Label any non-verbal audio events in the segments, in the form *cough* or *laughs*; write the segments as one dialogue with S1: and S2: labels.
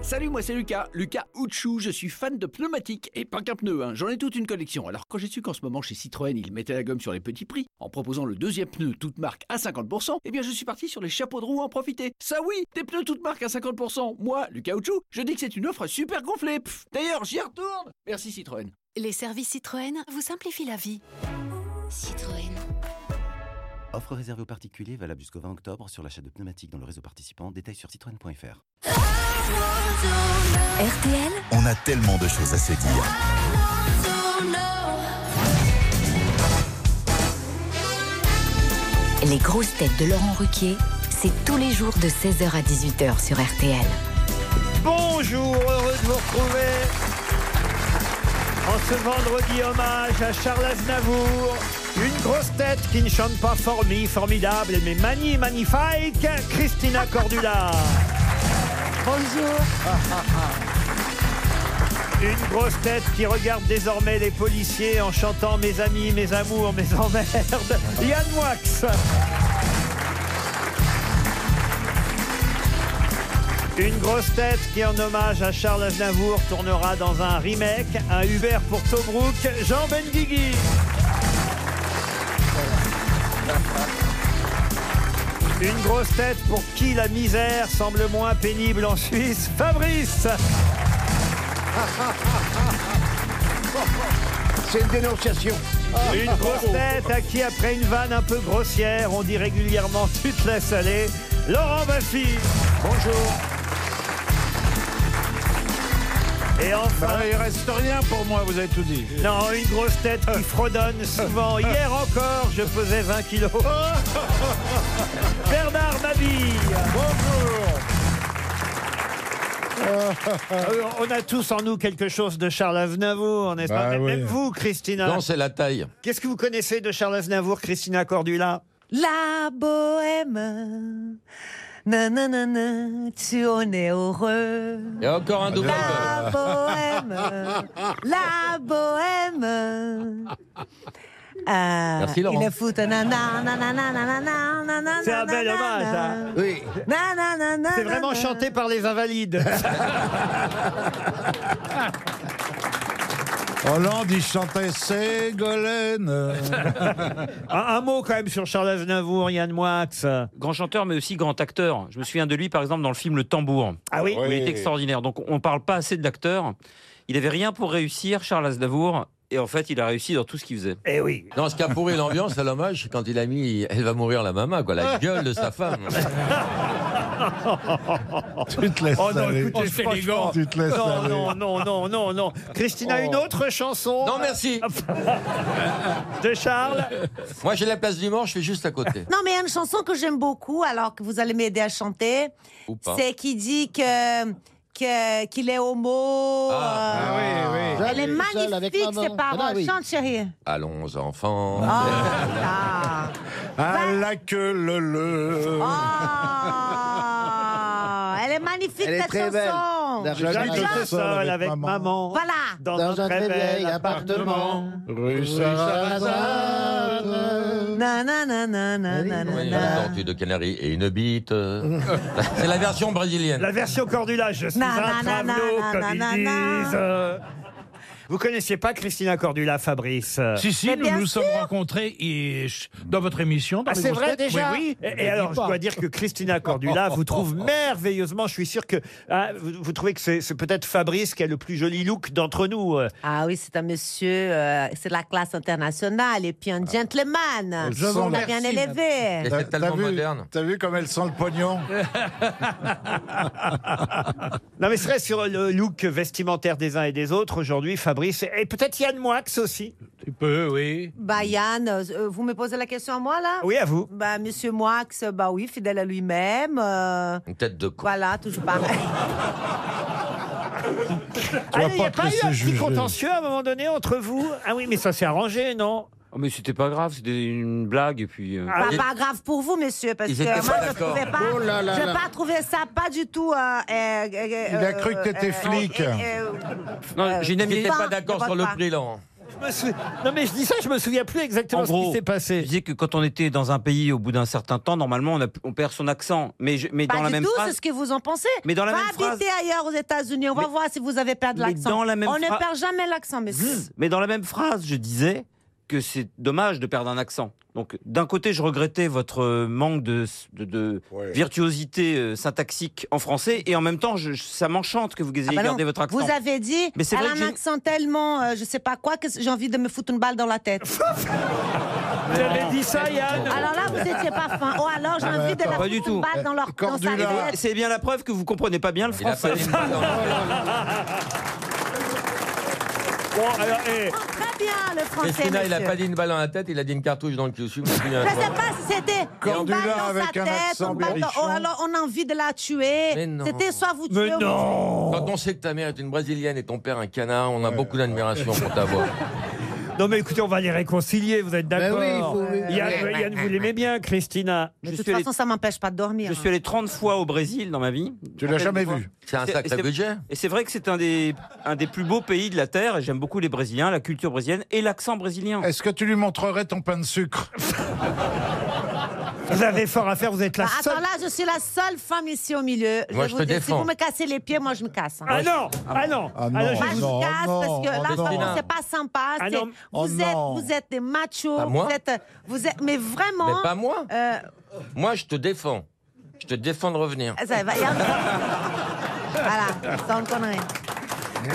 S1: Salut, moi c'est Lucas, Lucas Ouchou, je suis fan de pneumatiques et pas qu'un pneu, hein. j'en ai toute une collection. Alors quand j'ai su qu'en ce moment chez Citroën ils mettaient la gomme sur les petits prix, en proposant le deuxième pneu toute marque à 50%, eh bien je suis parti sur les chapeaux de roue à en profiter. Ça oui, des pneus toute marque à 50%, moi, Lucas Ouchou, je dis que c'est une offre super gonflée. Pff, D'ailleurs, j'y retourne Merci Citroën.
S2: Les services Citroën vous simplifient la vie. Citroën.
S3: Offre réservée aux particuliers valable jusqu'au 20 octobre sur l'achat de pneumatiques dans le réseau participant. Détails sur citroën.fr.
S2: RTL,
S4: *laughs*
S5: On a tellement de choses à se dire.
S2: les grosses têtes de Laurent Ruquier, c'est tous les jours de 16h à 18h sur RTL.
S6: Bonjour, heureux de vous retrouver en ce vendredi hommage à Charles Aznavour. Une grosse tête qui ne chante pas Formi, formidable, mais Mani, magnifique, Christina Cordula. Bonjour. *laughs* Une grosse tête qui regarde désormais les policiers en chantant Mes amis, mes amours, mes emmerdes, Yann Moix. Une grosse tête qui, en hommage à Charles Aznavour, tournera dans un remake, un Uber pour Tobruk, Jean Benguigui. Une grosse tête pour qui la misère semble moins pénible en Suisse, Fabrice.
S4: C'est une dénonciation.
S6: Une grosse tête à qui, après une vanne un peu grossière, on dit régulièrement tu te laisses aller, Laurent Baffy.
S4: Bonjour.
S6: Et enfin,
S4: Bah, il reste rien pour moi, vous avez tout dit.
S6: non, une grosse tête
S4: *laughs*
S6: qui fredonne souvent. Hier encore, je pesais 20
S4: *laughs*
S6: kilos. Bernard Mabille. Euh, On a tous en nous quelque chose de Charles Aznavour, n'est-ce pas
S4: Bah
S6: Même-
S4: oui.
S6: Même vous, Christina.
S7: Non, c'est la taille.
S6: Qu'est-ce que vous connaissez de Charles Aznavour, Christina Cordula
S8: La bohème, nanana, tu en es heureux.
S7: Il y a encore un double.
S8: La bohème, la bohème. Ah,
S7: Merci, Laurent.
S8: Il a foutu nanana, nanana, nanana, nanana,
S6: C'est un bel
S8: nanana.
S6: hommage, hein.
S4: Oui.
S8: Nanana, nanana.
S6: C'est vraiment chanté par les
S4: *laughs*
S6: invalides.
S4: Hollande, il chantait Ségolène.
S6: un, un mot quand même sur Charles Aznavour, Yann Moix.
S9: Grand chanteur, mais aussi grand acteur. Je me souviens de lui, par exemple, dans le film Le Tambour.
S6: Ah oui,
S9: où il était extraordinaire. Donc, on ne parle pas assez de l'acteur. Il n'avait rien pour réussir, Charles Aznavour. Et en fait, il a réussi dans tout ce qu'il faisait.
S6: Eh oui.
S7: Non, ce qui a pourri l'ambiance à l'hommage, c'est quand il a mis Elle va mourir la maman, quoi, la gueule de sa femme.
S4: tu te laisses
S6: Oh non,
S4: aller.
S6: écoutez, franchement,
S4: Tu te laisses
S6: non,
S4: aller. Oh.
S6: non, non, non, non, non. Christina, une autre chanson
S7: Non,
S6: *laughs*
S7: merci.
S6: *laughs* de Charles
S7: Moi, j'ai la place du mort, je suis juste à côté.
S8: Non, mais il y a une chanson que j'aime beaucoup, alors que vous allez m'aider à chanter.
S7: Ou pas.
S8: C'est qui dit que que- qu'il est homo.
S7: Ah,
S8: euh,
S4: oui, oui.
S8: Elle est
S10: seule avec
S8: magnifique,
S10: maman.
S8: ses paroles.
S10: Ah, oui.
S8: Chante, chérie.
S7: Allons, enfants.
S8: Ah,
S4: À la queue le le.
S8: Ah. Elle est magnifique,
S10: Elle est
S8: cette
S10: très belle.
S8: chanson.
S10: D'un jeune
S6: J'habite
S10: homme
S6: seul, avec maman.
S8: Voilà.
S6: Dans,
S10: Dans
S6: un, très bel
S10: appartement.
S4: Rue Sarrazade.
S7: Oui,
S8: Nanananananana.
S7: une tortue de Canaries et une
S6: *laughs*
S7: bite. c'est la version brésilienne.
S6: La version Cordula, Ah, je suis
S8: Na,
S6: un
S8: na, na,
S6: travelot,
S8: na,
S6: comme
S8: na,
S6: ils
S8: na,
S6: disent. Euh, Vous connaissiez pas Christina Cordula, Fabrice
S1: euh,
S11: Si, si,
S8: Mais
S11: nous
S8: bien
S11: nous
S8: sûr.
S11: sommes rencontrés et ch- dans votre émission. Dans
S6: Ah,
S11: les
S6: c'est
S11: grosses
S6: vrai
S11: têtes.
S6: déjà
S11: Oui, oui.
S6: Et, et alors, je dois dire que Christina *laughs* Cordula vous
S9: *laughs*
S6: trouve merveilleusement. Je suis sûr que hein, vous, vous trouvez que c'est c'est peut-être Fabrice qui a le plus joli look d'entre nous. euh.
S8: Ah oui, c'est un monsieur, euh, c'est la classe internationale et puis un gentleman.
S4: Je vous
S8: On l'a
S4: remercie,
S8: bien
S4: madame.
S8: élevé.
S7: Ah. Et c'est tellement moderne.
S4: T'as vu comme elle sent le
S9: *laughs*
S4: pognon
S6: Non, mais serait sur le look vestimentaire des uns et des autres aujourd'hui, Fabrice et, et peut-être Yann Moix aussi.
S11: Tu peux, oui.
S8: Bah Yann, euh, vous me posez la question à moi là
S6: Oui, à vous.
S8: Bah Monsieur Moix, bah oui, fidèle à lui-même. euh,
S7: Une tête de con.
S8: voilà, toujours
S4: *laughs*
S8: pareil.
S6: Ah, Il n'y
S4: pas
S6: a
S4: te
S6: pas eu
S4: laisser
S6: un petit
S4: juger.
S6: contentieux à un moment donné entre vous Ah oui, mais ça s'est arrangé, non
S9: Oh, mais c'était pas grave, c'était une blague. Et puis, euh,
S6: Ah,
S8: Pas,
S7: il-
S8: pas grave pour vous, monsieur, parce
S7: Ils
S8: que
S7: étaient
S8: moi,
S7: pas
S8: je ne
S7: d'accord.
S8: trouvais pas.
S4: Oh là là
S8: j'ai
S4: là.
S8: pas trouvé ça pas du tout. euh,
S4: Il a cru que t'étais flic.
S9: Non, j'ai une amie-
S8: n'étais
S6: Euh,
S7: J'étais pas d'accord sur le prix, Laurent.
S6: je me souviens- Non, mais je dis ça, je me souviens plus exactement
S9: En
S6: ce qui
S9: gros,
S6: s'est passé.
S9: Je disais que quand on était dans un pays, au bout d'un certain temps, normalement, on, a- on perd son accent. Mais, je- mais
S8: Pas
S9: dans la
S8: du
S9: même
S8: tout, c'est
S9: phrase.
S8: ce que vous en pensez.
S9: Mais dans la
S8: Va
S9: même
S8: habiter
S9: phrase.
S8: ailleurs aux États-Unis, on va
S9: Mais-
S8: voir si vous avez perdu
S9: mais
S8: l'accent.
S9: dans la même Mmh.
S8: on ne
S9: phra-
S8: perd jamais l'accent, monsieur.
S9: Zzz. Mais dans la même phrase, je disais que c'est dommage de perdre un accent. Donc, d'un côté, je regrettais votre euh, manque de, de- de virtuosité euh, syntaxique en français, et en même temps, je- je- ça m'enchante que vous ayez
S8: Ah bah non,
S9: gardé votre accent.
S8: Vous avez dit,
S9: Mais c'est
S8: elle
S9: vrai
S8: a
S9: que
S8: un
S9: j'ai-
S8: accent tellement, euh, je sais pas quoi, que j'ai envie de me foutre une balle dans la tête.
S6: *laughs* Vous avez dit ça, Yann
S8: alors là, vous n'étiez pas fin. Oh, alors j'ai
S4: Ah bah,
S8: envie de la
S4: attends.
S9: Pas
S8: foutre
S9: du
S8: une
S9: tout.
S8: balle dans, leur, dans sa
S4: Cordula.
S8: tête.
S9: C'est bien la preuve que vous comprenez pas bien le
S7: Il a
S9: français.
S7: pas les mains dans
S9: *laughs*
S7: le-
S6: Bon, alors, eh,
S8: Très bien, le Oh, français,
S7: Christina, il a
S8: monsieur.
S7: pas dit une balle dans la tête, il a dit une cartouche dans le cul. Je suis- je suis
S8: Je
S7: un-
S8: sais pas si c'était une
S4: Cordula
S8: balle dans
S4: avec
S8: sa
S4: un
S8: tête,
S4: accent
S8: une balle dans-
S4: berrichon.
S8: oh, alors on a envie de la
S7: Mais
S8: tuer.
S7: non.
S8: C'était soit vous tuez
S6: Mais
S8: ou vous-
S6: non
S7: Quand on sait que ta mère est une brésilienne et ton père un canard, on a beaucoup d'admiration pour ta voix.
S6: Non, mais écoutez, on va les réconcilier, vous êtes
S8: Ben
S6: d'accord Yann, Yann, vous l'aimez bien, Christina
S8: Mais
S9: Je
S8: de toute
S9: suis allé-
S8: façon, ça m'empêche pas de dormir. hein.
S9: Je suis allé 30 fois au Brésil dans ma vie.
S4: Tu l'as jamais vu
S7: C'est un
S9: C'est-
S7: sacré
S9: c'est-
S7: budget.
S9: Et c'est vrai que c'est un des, un des plus beaux pays de la Terre, et j'aime beaucoup les Brésiliens, la culture brésilienne et l'accent brésilien.
S4: Est-ce que tu lui montrerais ton pain de sucre
S6: Vous avez fort à faire, vous êtes la
S9: Bah,
S8: Ah, attends,
S6: seule.
S8: là, je suis la seule femme ici au milieu.
S7: Moi, je
S8: vous
S7: te
S8: dis,
S7: défends.
S8: Si vous me cassez les pieds, moi, je me casse. hein.
S6: Ah non Ah non
S4: Ah non.
S6: Ah non,
S8: Moi, je
S6: je-
S4: non,
S8: me casse
S4: non,
S8: parce que là,
S4: oh
S8: vraiment,
S7: non.
S8: c'est pas sympa.
S6: Ah
S8: c'est-
S6: non.
S8: vous,
S4: Oh
S8: êtes,
S4: non.
S8: vous êtes des machos.
S7: Pas moi.
S8: vous, êtes, vous êtes. Mais vraiment.
S7: Mais pas moi.
S8: euh,
S7: Moi, je te défends. Je te défends de revenir.
S6: Ah,
S8: ça va. *laughs* voilà, sans connerie.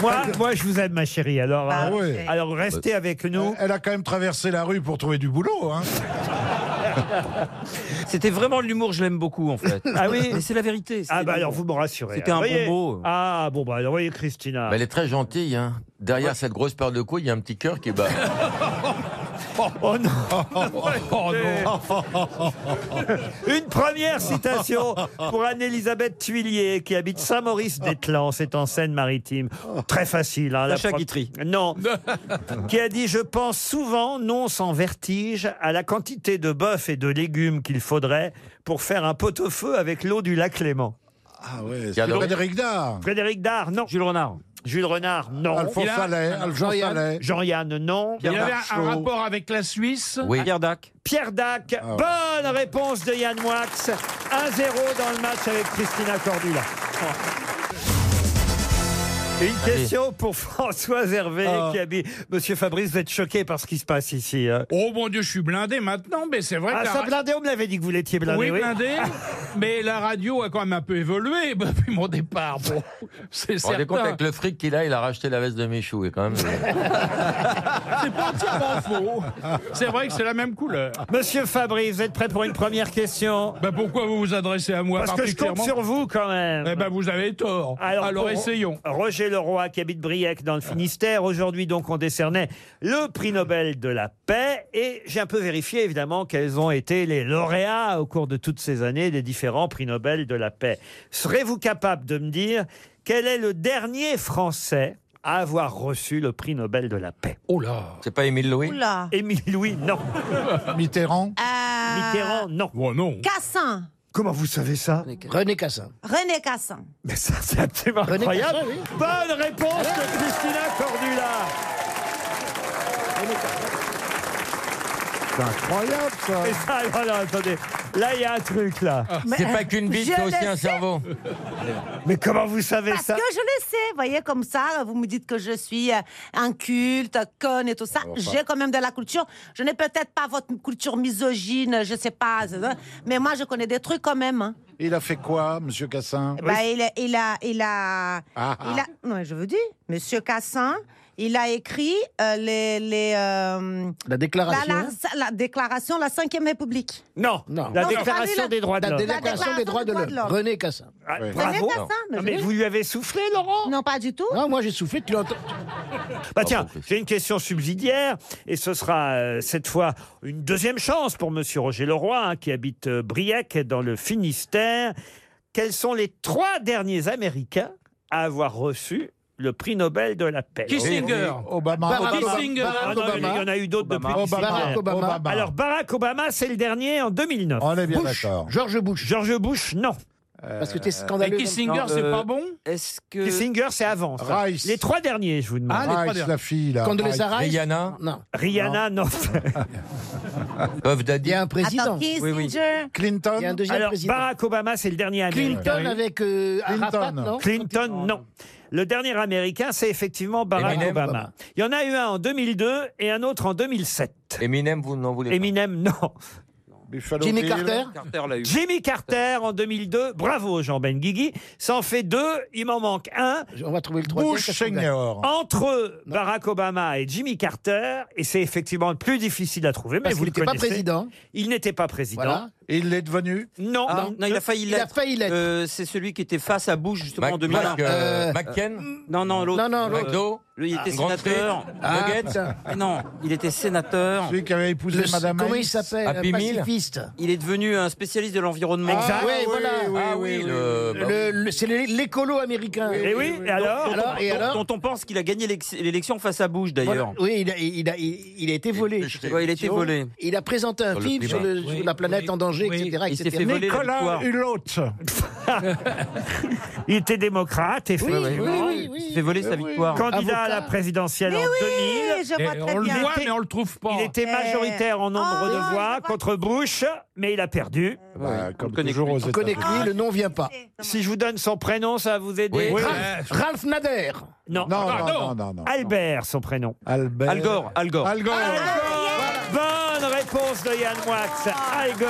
S6: moi, moi, je vous aime, ma chérie. Alors,
S8: Ah
S6: euh,
S4: ouais.
S6: alors restez avec nous.
S4: Elle a quand même traversé la rue pour trouver du boulot.
S6: *laughs*
S4: Hein.
S9: C'était vraiment de l'humour, je l'aime beaucoup en fait.
S6: Ah oui
S9: Mais c'est la vérité.
S6: Ah
S9: c'était
S6: bah
S9: de
S6: alors,
S9: l'humour.
S6: vous me rassurez.
S9: C'était un
S6: Vous voyez
S9: bon mot.
S6: Ah bon, bah alors, voyez, Christina.
S7: Mais elle est très gentille. Hein. Derrière cette grosse paire de couilles, il y a un petit cœur qui
S6: *laughs*
S7: bat.
S6: Oh non Une première citation pour Anne-Elisabeth Tuillier, qui habite Saint-Maurice-d'Étlan, c'est en Seine-Maritime. Très facile. Hein,
S9: Sacha
S6: pro-
S9: Guitry.
S6: Non. qui a dit « Je pense souvent, non sans vertige, à la quantité de bœuf et de légumes qu'il faudrait pour faire un pot-au-feux avec l'eau du lac Léman.
S4: Ah ouais, c'est
S7: Gardons.
S4: Frédéric Dard. »
S6: Frédéric Dard, non.
S9: Jules Renard.
S6: Jules Renard, non.
S4: Alphonse
S11: Il a-
S4: Allais, Alphonse
S11: Jean-Yann.
S4: Allais.
S6: Jean-Yann, non.
S11: *laughs* Il y avait un-
S6: Marchand.
S11: un rapport avec la Suisse.
S7: Oui.
S9: Gardac.
S6: Pierre Dac.
S4: Ah ouais.
S6: Bonne réponse de Yann Moix. 1-0 dans le match avec Christina Cordula. Une question pour François Hervé
S11: Ah.
S6: qui habite. Monsieur Fabrice, vous êtes choqué par ce qui se passe ici. hein.
S11: Oh mon Dieu, je suis blindé maintenant, mais c'est vrai
S6: Ah,
S11: que la
S6: ça
S11: ra-
S6: blindé, on me l'avait dit que vous l'étiez blindé.
S11: oui,
S6: oui. *laughs*
S11: blindé, mais la radio a quand même un peu évolué *laughs* bah, depuis mon départ. Bon, c'est
S7: Vous vous rendez compte,
S11: certain.
S7: avec le fric qu'il a, il a racheté la veste de Michou. Et quand
S6: Ah,
S7: même,
S11: C'est pas entièrement faux. C'est vrai que c'est la même couleur.
S6: Monsieur Fabrice, vous êtes prêt pour une première question
S11: Bah, pourquoi vous vous adressez à moi
S6: Parce que je compte
S11: particulièrement
S6: sur vous quand même.
S11: Eh ben, vous avez tort. Alors,
S6: pour
S11: essayons.
S6: Roger Leroy, qui habite Briec dans le Finistère. Aujourd'hui, donc, on décernait le prix Nobel de la paix. Et j'ai un peu vérifié, évidemment, quels ont été les lauréats au cours de toutes ces années des différents prix Nobel de la paix. Serez-vous capable de me dire quel est le dernier Français à avoir reçu le prix Nobel de la paix
S11: Oh là.
S7: c'est pas Émile Louis
S8: Oula.
S6: Émile Louis,
S11: *laughs*
S6: non.
S4: Mitterrand.
S8: Euh,
S6: Mitterrand, non.
S11: Bon, Oh, non.
S8: Cassin.
S6: Comment vous savez ça
S11: René Cassin.
S8: René Cassin.
S6: Mais ça, c'est absolument incroyable. Bonne réponse de Christina Cordula.
S4: C'est incroyable ça.
S6: Et ça, voilà, attendez. Là, il y a un truc, là.
S7: C'est pas qu'une bite,
S8: euh, Je
S7: c'est aussi
S8: le
S7: un
S8: sais.
S7: cerveau.
S6: Mais comment vous savez
S8: Parce
S6: ça
S8: que je le sais, vous voyez, comme ça, vous me dites que je suis euh, inculte, conne et tout ça. J'ai quand même de la culture. Je n'ai peut-être pas votre culture misogyne, je sais pas. euh, Mais moi, je connais des trucs quand même. hein.
S4: Il a fait quoi, Monsieur Cassin
S8: Bah, il, a, il a, il a,
S10: Ah,
S8: il a- non, je vous dis, Monsieur Cassin, il a écrit euh, les, les, euh,
S10: La
S8: la,
S10: déclaration.
S8: la- la déclaration la Cinquième République.
S6: Non,
S10: Non.
S6: la
S8: Non,
S6: déclaration
S8: c'est pas lui,
S6: des droits de
S10: La
S6: l'homme.
S10: déclaration des droits de l'homme. René Cassin.
S6: Ah,
S4: Ouais.
S8: René
S6: Bravo.
S8: Cassin, mais
S6: Non,
S8: je
S6: mais
S8: vous dis.
S6: vous lui avez soufflé, Laurent
S8: Non, pas du tout.
S10: Non, moi j'ai soufflé, tu l'entends.
S6: Bah tiens,
S7: Christophe.
S6: j'ai une question subsidiaire, et ce sera euh, cette fois une deuxième chance pour Monsieur Roger Leroy, hein, qui habite euh, Briec, dans le Finistère. Quels sont les trois derniers Américains à avoir reçu le prix Nobel de la paix
S11: Kissinger.
S4: Obama.
S10: Barack
S11: Obama.
S10: Obama.
S6: Ah
S10: Barack
S6: non, il y
S10: Obama.
S6: en a eu d'autres depuis.
S9: Obama.
S6: le
S4: Obama.
S10: Barack
S6: Finistère.
S10: Obama.
S6: Alors Barack Obama, c'est le dernier en 2009.
S4: On est bien
S10: Bush.
S4: d'accord.
S10: George Bush.
S6: George Bush, non.
S10: Parce que t'es scandaleux.
S11: Euh, Et Kissinger, c'est pas bon
S9: euh, Est-ce que.
S6: Kissinger, c'est avant. ça.
S4: Rice.
S6: Les trois derniers, je vous demande.
S4: Ah, les trois Rice, derniers. la fille, là. Condoleezza Rice. Rice
S7: Rihanna
S10: Non.
S6: Rihanna, non.
S7: Il
S10: y a un président.
S4: Clinton.
S10: Il y a un deuxième
S6: Alors,
S10: président.
S6: Barack Obama, c'est le dernier américain.
S10: Clinton avec euh, Arafat, non
S6: Clinton, non. Le dernier américain, c'est effectivement Barack
S7: Eminem.
S6: Obama. Il y en a eu un en 2002 et un autre en 2007.
S7: Eminem, vous n'en voulez pas.
S6: Eminem, non.
S4: Buffalo
S10: Jimmy
S4: Bill.
S10: Carter
S9: Carter l'a eu.
S6: Jimmy Carter en 2002. Bravo, Jean Benguigui. Ça en fait deux. Il m'en manque un.
S10: On va trouver le troisième.
S4: Bush
S10: qu'est-ce qu'on a
S4: senior.
S6: Entre Barack Obama et Jimmy Carter, et c'est effectivement le plus difficile à trouver, mais
S10: Parce
S6: vous
S10: qu'il n'était
S6: le
S10: pas
S6: connaissez.
S10: président.
S6: Il n'était pas président.
S10: Voilà.
S4: Et il l'est devenu
S6: Non,
S9: Ah, non, il a failli
S10: Il a
S9: l'être.
S10: failli l'être.
S9: Euh, c'est celui qui était face à Bush justement
S7: Mac,
S9: en 2001.
S7: Mac, euh,
S10: Euh,
S7: McCain
S9: Non, non, l'autre.
S10: Non, non, l'autre.
S7: McDo
S9: Lui, il était
S7: Grand
S9: sénateur.
S7: Tree,
S10: Ah,
S7: Nuggets.
S10: putain.
S9: Mais non, il était sénateur.
S4: Celui qui avait épousé
S10: Le-
S4: Madame
S10: Comment il
S4: Hayes.
S10: s'appelle
S7: Happy
S10: Un
S7: Meal
S10: pacifiste.
S9: Il est devenu un spécialiste de l'environnement.
S10: Exact.
S4: Ah
S10: Oui,
S4: oui,
S10: voilà.
S4: oui,
S7: Ah
S4: oui,
S7: oui,
S4: oui,
S7: le... bah,
S10: Le- le- C'est l'é- l'écolo américain.
S9: Eh
S6: Et oui, et alors
S10: Alors, et
S9: dont,
S10: alors
S9: dont on pense qu'il a gagné l'ex- l'élection face à Bush d'ailleurs.
S10: Oui, il a, il, a, il, il a été volé.
S9: Ouais, il a été volé.
S10: Il a présenté un
S7: Sur le
S10: film sur,
S7: climat.
S10: le- sur la planète en danger, etc.
S9: Il s'est
S10: etc.
S9: fait voler la
S4: Nicolas
S9: victoire.
S4: Hulot.
S6: Il était démocrate, et
S10: Oui, oui, oui,
S9: Il s'est
S10: oui.
S9: fait voler sa
S4: oui.
S9: victoire.
S6: candidat à
S10: Avocat.
S6: la présidentielle en 2000.
S8: Oui, je vois
S11: Et
S8: très
S11: on le
S8: bien.
S11: voit,
S6: était-
S11: mais on le trouve pas.
S6: Il était
S8: Eh.
S6: majoritaire en nombre
S8: Oh,
S6: de
S8: non, il
S6: voix
S8: a pas-
S6: contre Bush, mais il a perdu.
S4: Bah,
S9: Ouais. On
S4: Comme
S9: connaît
S4: toujours
S9: que
S4: aux
S9: lui.
S10: On connaît que
S4: États-Unis.
S10: lui, le nom vient pas.
S6: Si je vous donne son prénom, ça va vous aider
S7: Oui.
S4: Oui.
S10: Ralph, Ralph Nader.
S6: Non.
S4: Non,
S11: Ah,
S4: non, non,
S11: non.
S4: non, non.
S6: Albert, son prénom.
S4: Albert.
S9: Al Gore, Al Gore.
S4: Al Gore.
S6: Bonne réponse de Yann Wax. Al Gore.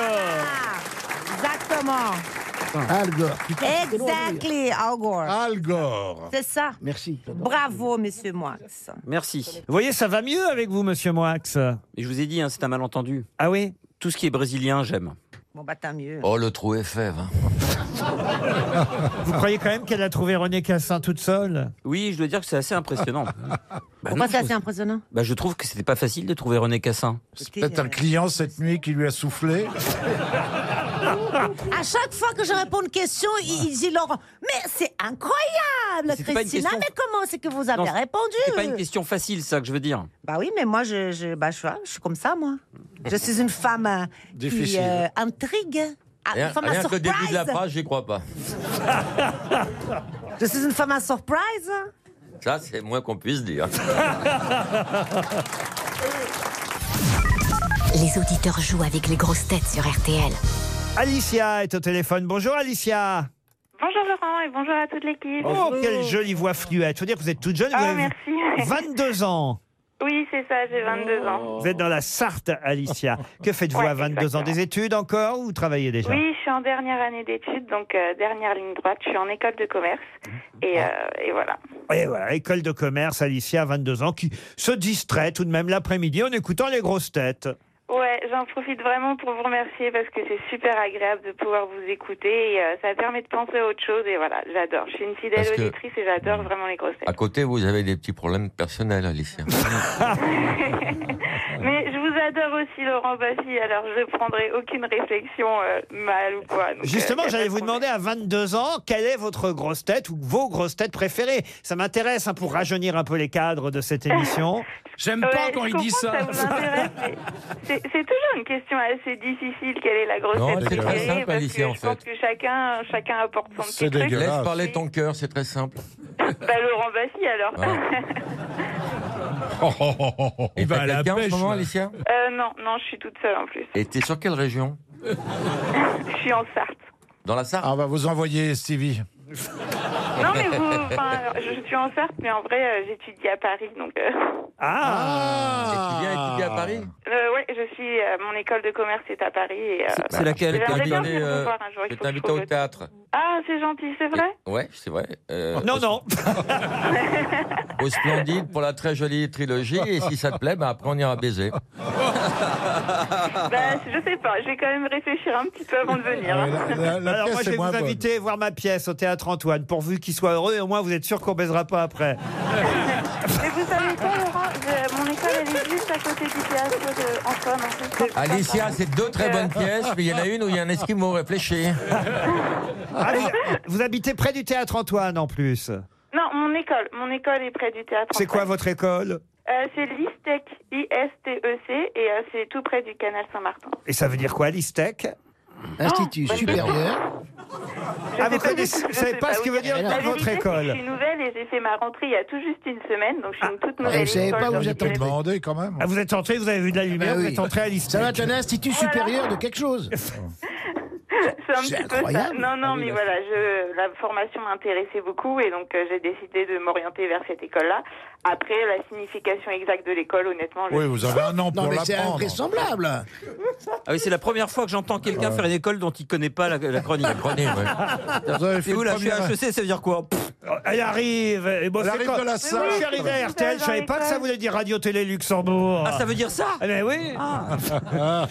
S8: Ah, Exactement.
S10: Al Gore. Putain, c'était long à dire.
S8: Exactly, Al Gore.
S4: Al Gore.
S8: C'est ça.
S10: Merci.
S8: Bravo, monsieur Moix.
S9: Merci.
S6: Vous voyez, ça va mieux avec vous, monsieur Moix.
S9: Et je vous ai dit, hein, c'est un malentendu.
S6: Ah oui
S9: Tout ce qui est brésilien, j'aime.
S8: Bon, bah, tant mieux.
S7: Oh, le trou est fève. hein.
S6: *laughs* Vous croyez quand même qu'elle a trouvé René Cassin toute seule
S9: Oui, je dois dire que c'est assez impressionnant. Bah non,
S8: Pourquoi c'est
S9: je-
S8: assez impressionnant
S9: bah, je trouve que c'était pas facile de trouver René Cassin.
S4: C'est peut-être un client cette nuit qui lui a soufflé.
S8: À chaque fois que je réponds une question, il, il dit Laurent, mais c'est incroyable,
S9: Ah. C'est pas une
S8: Christina,
S9: question-
S8: mais comment c'est que vous avez
S9: Non, c'est-
S8: répondu
S9: C'est pas une question facile, ça que je veux dire.
S8: Bah oui, mais moi, je, je, bah, je, vois, je suis comme ça, moi. Je suis une femme euh, qui
S4: Difficile.
S8: euh, intrigue. Ah,
S7: Rien,
S8: une femme à
S7: rien que le début de la
S8: surprise.
S7: phrase, j'y crois pas.
S8: Je suis une femme à
S4: *laughs*
S8: surprise.
S7: Ça, c'est moins qu'on puisse dire.
S2: Les auditeurs jouent avec les grosses têtes sur RTL.
S6: Alicia est au téléphone. Bonjour, Alicia.
S12: Bonjour Laurent et bonjour à toute l'équipe.
S6: Oh, quelle jolie voix fluette. Faut dire que vous êtes toute jeune. Vous
S12: Ah,
S6: avez *laughs*
S12: merci.
S6: 22 ans.
S12: Oui, c'est ça, j'ai 22 ans.
S6: Vous êtes dans la Sarthe, Alicia. Que faites-vous
S12: Ouais,
S6: à 22 ans
S12: exactement.
S6: Des études encore ou vous travaillez déjà
S12: Oui, je suis en dernière année d'études, donc euh, dernière ligne droite. Je suis en école de commerce
S6: Ah.
S12: et, euh, et voilà.
S6: Et voilà, école de commerce, Alicia, 22 ans, qui se distrait tout de même l'après-midi en écoutant les grosses têtes.
S12: Ouais, j'en profite vraiment pour vous remercier parce que c'est super agréable de pouvoir vous écouter et euh, ça permet de penser à autre chose et voilà, j'adore. Je suis une fidèle
S7: Parce que-
S12: auditrice et j'adore vraiment les grosses têtes.
S7: À côté, vous avez des petits problèmes personnels, Alicia.
S6: Ah.
S12: *laughs*
S6: *laughs*
S12: Mais je vous adore aussi Laurent Baffy, alors je prendrai aucune réflexion euh, mal ou quoi. donc, euh, y
S6: Justement,
S12: a pas
S6: j'allais
S12: de
S6: vous
S12: problème.
S6: demander à 22 ans, quelle est votre grosse tête ou vos grosses têtes préférées Ça m'intéresse hein, pour rajeunir un peu les cadres de cette
S4: *laughs*
S6: émission.
S11: J'aime
S12: Ouais,
S11: pas quand
S12: je
S11: il dit
S12: comprends
S11: ça.
S12: que ça vous intéresse, mais c'est c'est toujours une question assez difficile. Quelle est la grosse
S7: Non,
S12: tête
S7: c'est très
S12: préférée,
S7: simple,
S12: parce
S7: Alicia,
S12: que
S7: en
S12: je pense
S7: fait.
S12: que chacun, chacun apporte son
S4: C'est
S12: petit truc.
S4: dégueulasse.
S7: Laisse parler ton cœur, c'est très simple.
S12: *laughs* Bah, Laurent Bassi, alors.
S7: Ouais. Et
S6: Oh,
S11: Il va
S7: t'as
S11: à la
S7: quelqu'un en ce
S11: pêche,
S7: moment,
S11: là.
S7: Alicia
S12: *laughs* Euh, non, non, je suis toute seule en plus.
S7: Et t'es sur quelle région
S12: Je suis en Sarthe.
S7: Dans la Sarthe
S4: Ah, on va vous envoyer, Stevie.
S12: Non, mais
S7: *laughs*
S12: vous, enfin, je suis en Sarthe, mais en vrai, euh, j'étudie à Paris, donc. euh,
S6: Ah,
S7: Et tu viens étudier à Paris
S12: euh, ouais, je suis. euh, mon école de commerce est à Paris. et, euh,
S9: C'est- C'est laquelle
S12: j'aimerais
S7: t'invite
S12: bien
S7: Bah, aller,
S12: venir vous
S7: euh,
S12: voir un jour,
S7: Je
S12: il faut que je
S7: t'invite
S12: trouve
S7: au
S12: le temps.
S7: théâtre.
S12: Ah, c'est gentil, c'est vrai
S7: Ouais, c'est vrai. Euh,
S6: Non,
S7: au-
S6: non.
S7: Au Splendide pour la très jolie trilogie. Et si ça te plaît, ben après on ira baiser.
S12: Bah, je sais pas, je vais quand même réfléchir un petit peu avant de venir.
S4: Ah
S12: hein.
S6: Ah,
S4: Ouais, la- la- la
S6: Alors
S4: pièce
S6: moi, je
S4: est
S6: vais vous
S4: moins bonne.
S6: inviter à voir ma pièce au Théâtre Antoine, pourvu qu'il soit heureux, et au moins vous êtes sûr qu'on baisera pas après.
S12: Mais vous savez quoi, Laurent Je- Mon école, elle est juste à côté du théâtre de Antoine. En plus.
S7: Alicia, c'est deux très bonnes pièces, mais il y en a une où il y a un esquimau réfléchi.
S6: *laughs* Ah, vous, vous habitez près du Théâtre Antoine en plus.
S12: Non, mon école. Mon école est près du théâtre.
S6: C'est quoi
S12: Antoine.
S6: votre école
S12: Euh, C'est l'ISTEC, E I-S-T-E-C, et euh, c'est tout près du canal Saint-Martin.
S6: Et ça veut dire quoi, l'ISTEC
S10: Ah,
S6: bah,
S10: Institut
S12: bonne
S10: supérieur.
S6: Ah, vous
S12: sais pas du
S6: connaissez-
S12: tout,
S6: vous
S12: je
S6: savez
S12: sais
S6: pas ce que
S12: où
S6: veut
S12: dire.
S6: dire
S12: La
S6: dans votre
S12: vérité, c'est que
S6: école.
S12: Je suis nouvelle et j'ai fait ma rentrée il y a tout juste une semaine, donc je suis une toute
S10: Ah,
S12: nouvelle. école, donc je connais
S4: demandé quand même.
S6: Ah, vous êtes entré, vous avez vu de la
S9: Bah
S6: lumière,
S10: Ah oui.
S6: vous êtes entré à l'ISTEC.
S10: Ça va être un institut
S12: Oh
S10: supérieur de quelque chose.
S12: C'est un
S10: C'est
S12: petit peu
S10: incroyable.
S12: ça. Non, non,
S10: Ah oui,
S12: mais
S10: la-
S12: voilà, je, la formation m'intéressait beaucoup et donc euh, j'ai décidé de m'orienter vers cette école-là. Après, la signification exacte de l'école, honnêtement, je...
S4: Oui, vous avez un an
S10: Non,
S4: pour
S10: Oh, mais c'est
S4: l'apprendre.
S10: invraisemblable.
S9: Ah oui, c'est la première fois que j'entends quelqu'un faire une école dont il connaît pas la, la
S4: *laughs*
S9: chronique. La chronique,
S4: Vous avez fait
S9: Et vous,
S4: le
S9: là, je suis
S4: premier-
S9: HEC, ça veut dire quoi Pff,
S6: Elle arrive. Et bon,
S4: Elle
S6: c'est
S4: arrive
S6: quand-
S4: de la
S6: Mais
S4: salle.
S6: oui, Je suis arrivé à RTL, je savais pas que ça voulait dire Radio Télé Luxembourg.
S9: Ah, ça veut dire ça
S6: Eh ben oui.
S9: Ah.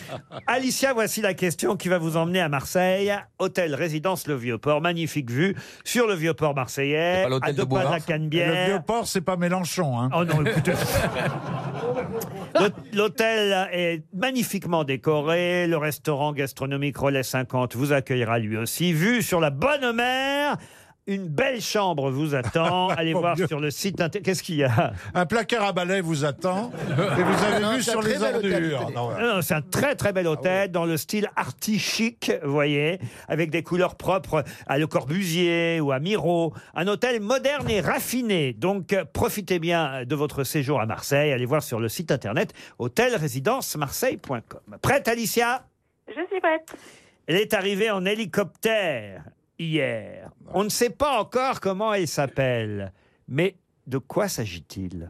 S6: Alicia, voici la question qui va vous emmener à Marseille. Hôtel Résidence Le Vieux-Port, magnifique vue sur le Vieux-Port marseillais.
S7: C'est pas l'hôtel
S6: à deux
S7: de
S6: pas de la
S7: Bouvard
S6: Canebière.
S4: Le vieux port, c'est pas Mélenchon. Hein.
S6: Oh non, écoutez. L'hô- L'hôtel est magnifiquement décoré. Le restaurant gastronomique Relais 50 vous accueillera lui aussi. Vue sur la bonne mer. Une belle chambre vous
S4: *laughs*
S6: attend. Allez
S4: Mon
S6: voir
S4: Oh, Dieu.
S6: sur le site. inter- Qu'est-ce qu'il y a
S4: Un placard à balai vous attend.
S10: *laughs*
S4: Et vous avez
S10: Non,
S4: vu
S10: c'est
S4: sur
S10: un très
S4: les
S10: bel hôtel.
S4: ordures. Non, ouais.
S6: Non, non, c'est un très très bel hôtel dans le style arty chic, vous voyez, avec des couleurs propres à Le Corbusier ou à Miro. Un hôtel moderne et raffiné. Donc euh, profitez bien de votre séjour à Marseille. Allez voir sur le site internet hôtelrésidencemarseille.com. Prête Alicia
S12: je suis prête.
S6: Elle est arrivée en hélicoptère hier. On ne sait pas encore comment elle s'appelle, mais de quoi s'agit-il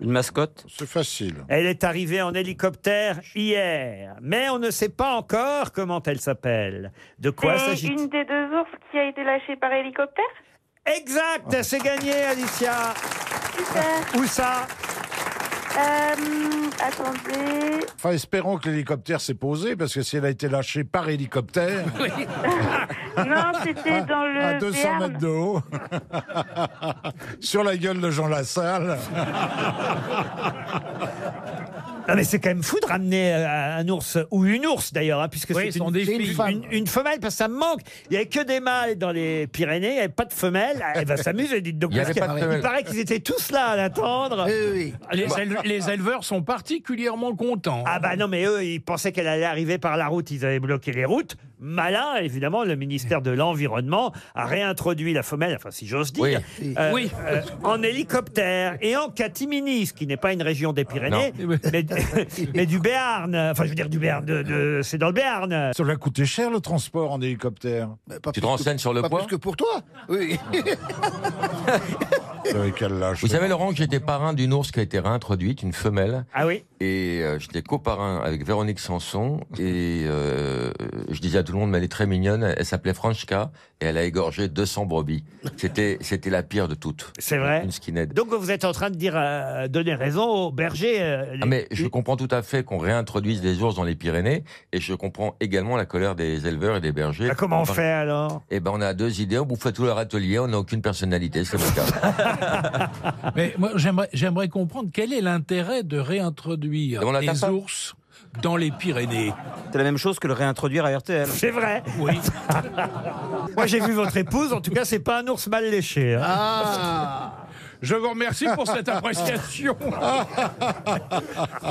S9: Une mascotte
S4: C'est facile.
S6: elle est arrivée en hélicoptère hier, mais on ne sait pas encore comment elle s'appelle. De
S11: Euh,
S6: quoi
S12: C'est
S6: s'agit-il
S12: une des deux ours qui a été lâchée par hélicoptère
S10: Ah.
S6: Exact, c'est gagné, Alicia.
S12: Super.
S6: Où ça
S12: Euh, attendez.
S4: *laughs*
S13: *laughs*
S4: Enfin, espérons que l'hélicoptère s'est posé, parce que si elle a été lâchée par hélicoptère,
S12: Non,
S4: *laughs*
S12: c'était dans le
S4: à 200
S12: Béarn.
S4: mètres de haut, *laughs* sur la gueule de Jean
S6: *laughs*
S4: Lassalle.
S6: Non, Ah, mais c'est quand même fou de ramener euh, un ours ou une ours d'ailleurs, hein, puisque
S11: Oui,
S6: c'est
S11: ce sont
S6: une,
S11: des
S6: c'est une
S11: filles.
S6: femme. Une, une femelle parce que ça me manque. Il y avait que des mâles dans les Pyrénées, il n'y avait pas de femelles. Elle va s'amuser, dites donc.
S7: Il y
S6: parce
S7: avait
S6: que-
S7: pas de
S6: Il
S7: femelles.
S6: paraît qu'ils étaient tous là à l'attendre.
S10: Oui, oui.
S11: Les,
S7: Bah.
S11: éle- les éleveurs sont particulièrement contents.
S6: Ah bah non, mais eux, ils pensaient qu'elle allait arriver par la route, ils avaient bloqué les routes. Malin, évidemment, le ministère de l'Environnement a réintroduit la femelle, enfin si j'ose dire,
S10: Oui.
S6: euh,
S11: Oui.
S6: euh, en hélicoptère et en Catimini, ce qui n'est pas une région des Pyrénées, mais, *laughs* mais du Béarn, enfin je veux dire du Béarn, de, de- c'est dans le Béarn.
S4: Ça va coûter cher le transport en hélicoptère.
S10: Bah, pas
S7: Tu te
S10: plus que-
S7: renseignes sur le
S10: pas
S7: poids
S10: plus que pour toi.
S4: *laughs*
S10: Oui.
S4: Avec elle lâche.
S7: Vous savez, Laurent, que j'étais parrain d'une ours qui a été réintroduite, une femelle.
S6: Ah oui
S7: Et euh, j'étais coparrain avec Véronique Sanson. Et euh, je disais à tout le monde, mais elle est très mignonne. Elle s'appelait Franchka et elle a égorgé 200 brebis. C'était, c'était la pire de toutes.
S6: C'est vrai
S7: Une skinhead.
S6: Donc vous êtes en train de dire, euh, donner raison aux bergers. euh, les-
S7: Ah, mais je comprends tout à fait qu'on réintroduise les ours dans les Pyrénées et je comprends également la colère des éleveurs et des bergers.
S6: Ah, comment on
S7: Enfin,
S6: fait alors
S7: Eh ben, on a deux idées. On bouffe tout leur atelier. On n'a aucune personnalité. C'est le cas.
S11: Mais moi, j'aimerais, j'aimerais comprendre quel est l'intérêt de réintroduire
S7: Demande à ta
S11: les
S7: femme.
S11: ours dans les Pyrénées.
S9: C'est la même chose que le réintroduire à RTL.
S6: C'est
S9: *laughs*
S6: vrai.
S11: Oui.
S6: Moi
S9: Ah.
S6: j'ai vu votre épouse, en tout cas c'est pas un ours mal léché. hein.
S10: Ah
S11: Je vous remercie pour cette appréciation Ah.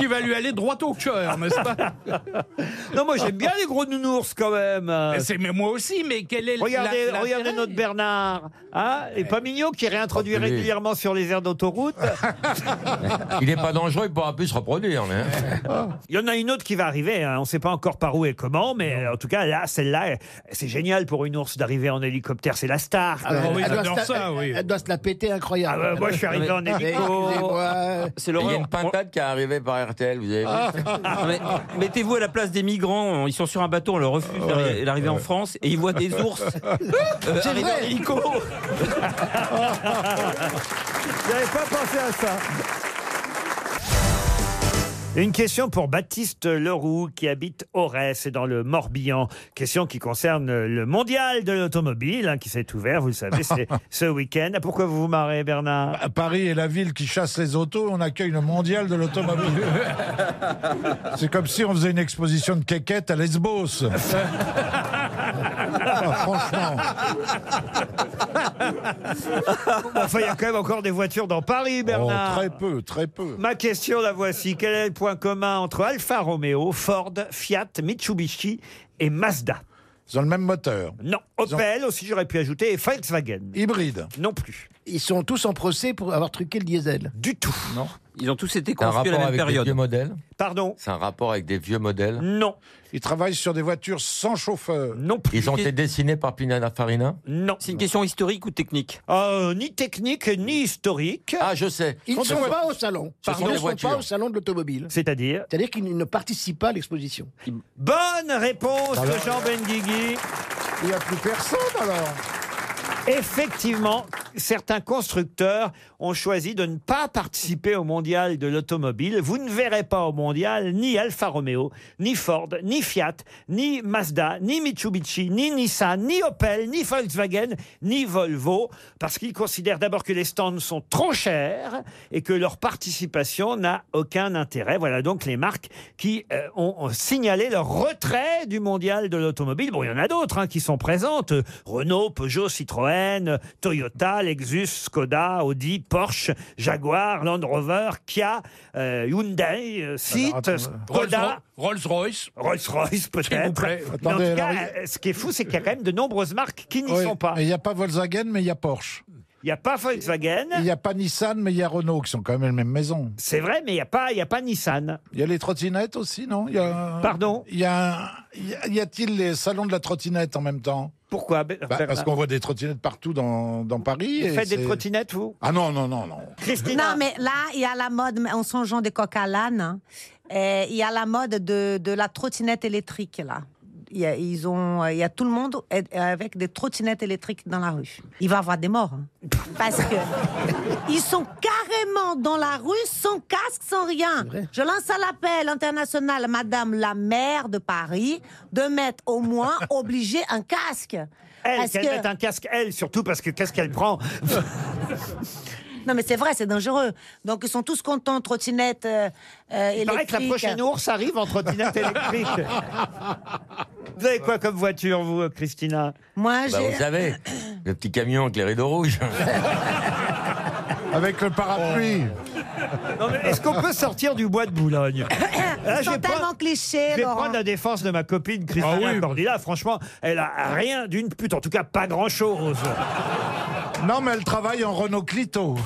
S6: *laughs*
S11: qui va lui aller droit au cœur, n'est-ce pas
S6: Non, moi j'aime bien les gros nounours quand même.
S11: Mais c'est- mais moi aussi, mais quel est
S6: Regardez,
S11: la- l'intérêt
S6: regardez notre Bernard. Hein et pas mignon qui réintroduit
S7: Oh, oui.
S6: régulièrement sur les
S11: *laughs*
S6: aires d'autoroute.
S7: Il n'est pas dangereux. Il pourra plus se reproduire. mais- hein.
S6: Il y en a une autre qui va arriver. hein. On ne sait pas encore par où et comment, mais en tout cas, là, celle-là, c'est génial pour une ours d'arriver en hélicoptère. C'est la star. quoi.
S11: Ah, bah, oui,
S10: Euh, Ah, Elle doit
S11: j'adore
S10: se la-
S11: ça, oui.
S10: Elle elle doit se la péter
S6: Ah,
S10: incroyable.
S6: bah, moi, je suis arrivé en
S10: Mais
S6: hélico.
S10: excusez-moi.
S9: C'est
S7: Et Il y a
S9: l'horreur.
S7: une pintade qui est arrivée par RTL. Vous avez vu
S9: Non, mais Mettez-vous à la place des migrants. Ils sont sur un bateau, on leur refuse d'arri- l'arrivée en France et ils voient des
S4: *laughs*
S9: ours euh,
S10: C'est
S9: arriver
S10: vrai.
S9: en
S6: *laughs*
S9: hélico.
S6: J'avais pas pensé à ça. Une question pour Baptiste Leroux qui habite Aurès et dans le Morbihan. Question qui concerne le mondial de l'automobile hein, qui s'est ouvert, vous le savez, c'est ce week-end. Pourquoi vous vous marrez, Bernard
S4: À Paris est la ville qui chasse les autos, on accueille le mondial de l'automobile.
S6: *laughs*
S4: C'est comme si on faisait une exposition de quéquettes à Lesbos. Ah, franchement,
S6: Enfin, il y a quand même encore des voitures dans Paris,
S4: Oh,
S6: Bernard.
S4: très peu, très peu.
S6: Ma question, la voici. Quel est le point commun entre Alfa Romeo, Ford, Fiat, Mitsubishi et Mazda
S4: Ils ont le même moteur.
S6: Non. Opel aussi, j'aurais pu ajouter, et Volkswagen.
S4: Hybride.
S6: Non plus.
S10: Ils sont tous en procès pour avoir truqué le diesel.
S6: Du tout.
S10: Non.
S9: Ils ont tous été
S7: C'est un
S9: construits à la
S7: rapport
S9: même
S7: avec des
S9: période.
S7: vieux modèles
S6: Pardon Mmh.
S7: C'est un rapport avec des vieux modèles
S6: Non.
S4: Ils travaillent sur des voitures sans chauffeur.
S6: Non
S7: Ils ont été dessinés par Pinana Farina
S6: Non.
S9: C'est une question historique ou technique
S6: Euh, ni technique, ni historique. ben,
S7: Ah, je sais.
S10: Ils ne
S7: Ce
S10: sont pas au salon.
S7: ce sont
S10: Ils
S7: des
S10: ne sont
S7: voitures.
S10: pas au salon de l'automobile.
S6: C'est-à-dire
S10: C'est-à-dire qu'ils ne participent pas à l'exposition.
S6: Bonne réponse
S10: Alors-
S6: de Jean Benguigui.
S4: Il n'y a plus personne alors.
S6: Effectivement, certains constructeurs ont choisi de ne pas participer au mondial de l'automobile. Vous ne verrez pas au mondial ni Alfa Romeo, ni Ford, ni Fiat, ni Mazda, ni Mitsubishi, ni Nissan, ni Opel, ni Volkswagen, ni Volvo, parce qu'ils considèrent d'abord que les stands sont trop chers et que leur participation n'a aucun intérêt. Voilà donc les marques qui euh, ont, ont signalé leur retrait du mondial de l'automobile. Bon, il y en a d'autres hein, qui sont présentes. Euh, Renault, Peugeot, Citroën, euh, Toyota, Lexus, Skoda, Audi, Porsche, Jaguar, Land Rover, Kia, euh, Hyundai, euh, Seat, Skoda.
S11: Rolls-Royce.
S6: Rolls-Royce,
S11: S'il vous
S6: peut-être.
S11: plaît.
S6: Mais en
S4: Attendez,
S6: tout cas,
S4: alors,
S6: euh, ce qui est fou, c'est qu'il y a quand même de nombreuses marques qui n'y
S4: Oui,
S6: sont pas.
S4: mais Il n'y a pas Volkswagen, mais il y a Porsche.
S6: Il n'y a pas Volkswagen,
S4: Il n'y a pas Nissan, mais il y a Renault, qui sont quand même la même maison.
S6: c'est vrai, mais il n'y a, pas- il y a pas Nissan.
S4: Il y a les trottinettes aussi, non Il y a-
S6: Pardon
S4: Il y a- il y a- y a-t-il les salons de la trottinette en même temps
S6: Pourquoi
S4: Bah,
S6: Bernard
S4: Parce qu'on voit des trottinettes partout dans, dans Paris.
S6: Vous
S4: et
S6: faites des
S4: c'est-
S6: trottinettes, vous
S4: Ah non, non, non, non.
S6: Christina
S8: Non, mais là, il y a la mode, mais en songeant des coq à l'âne, hein, euh, il y a la mode de, de la trottinette électrique, là. Il y, a, ils ont, euh, il y a tout le monde est- avec des trottinettes électriques dans la rue. Il va y avoir des morts. hein. Parce que ils sont carrément dans la rue sans casque, sans rien. Je lance un appel international, Madame la maire de Paris, de mettre au moins obligé un casque.
S6: Elle,
S8: Parce
S6: qu'elle
S8: que-
S6: mette un casque, elle, surtout, parce que qu'est-ce
S8: *laughs*
S6: qu'elle prend
S8: Non, mais c'est vrai, c'est dangereux. Donc, ils sont tous contents, trottinette euh, euh,
S6: Il paraît
S8: électrique.
S6: que la prochaine ours arrive en trottinette électrique. vous avez quoi comme voiture, vous, Christina
S8: Moi,
S7: Bah,
S8: j'ai.
S7: vous savez, le petit camion avec les rideaux rouges.
S4: Avec le parapluie.
S6: Non, mais est-ce qu'on peut sortir du bois de
S8: *coughs*
S6: Boulogne Là,
S8: Ils
S6: je
S8: sont
S6: vais prendre-
S8: tellement clichés,
S6: Je vais
S8: Laurent.
S6: prendre la défense de ma copine Christina
S11: Ah oui.
S6: Cordila. Franchement, elle a rien d'une pute. En tout cas, pas grand-chose.
S4: Non, mais elle travaille en Renault
S6: *laughs*
S4: Clito.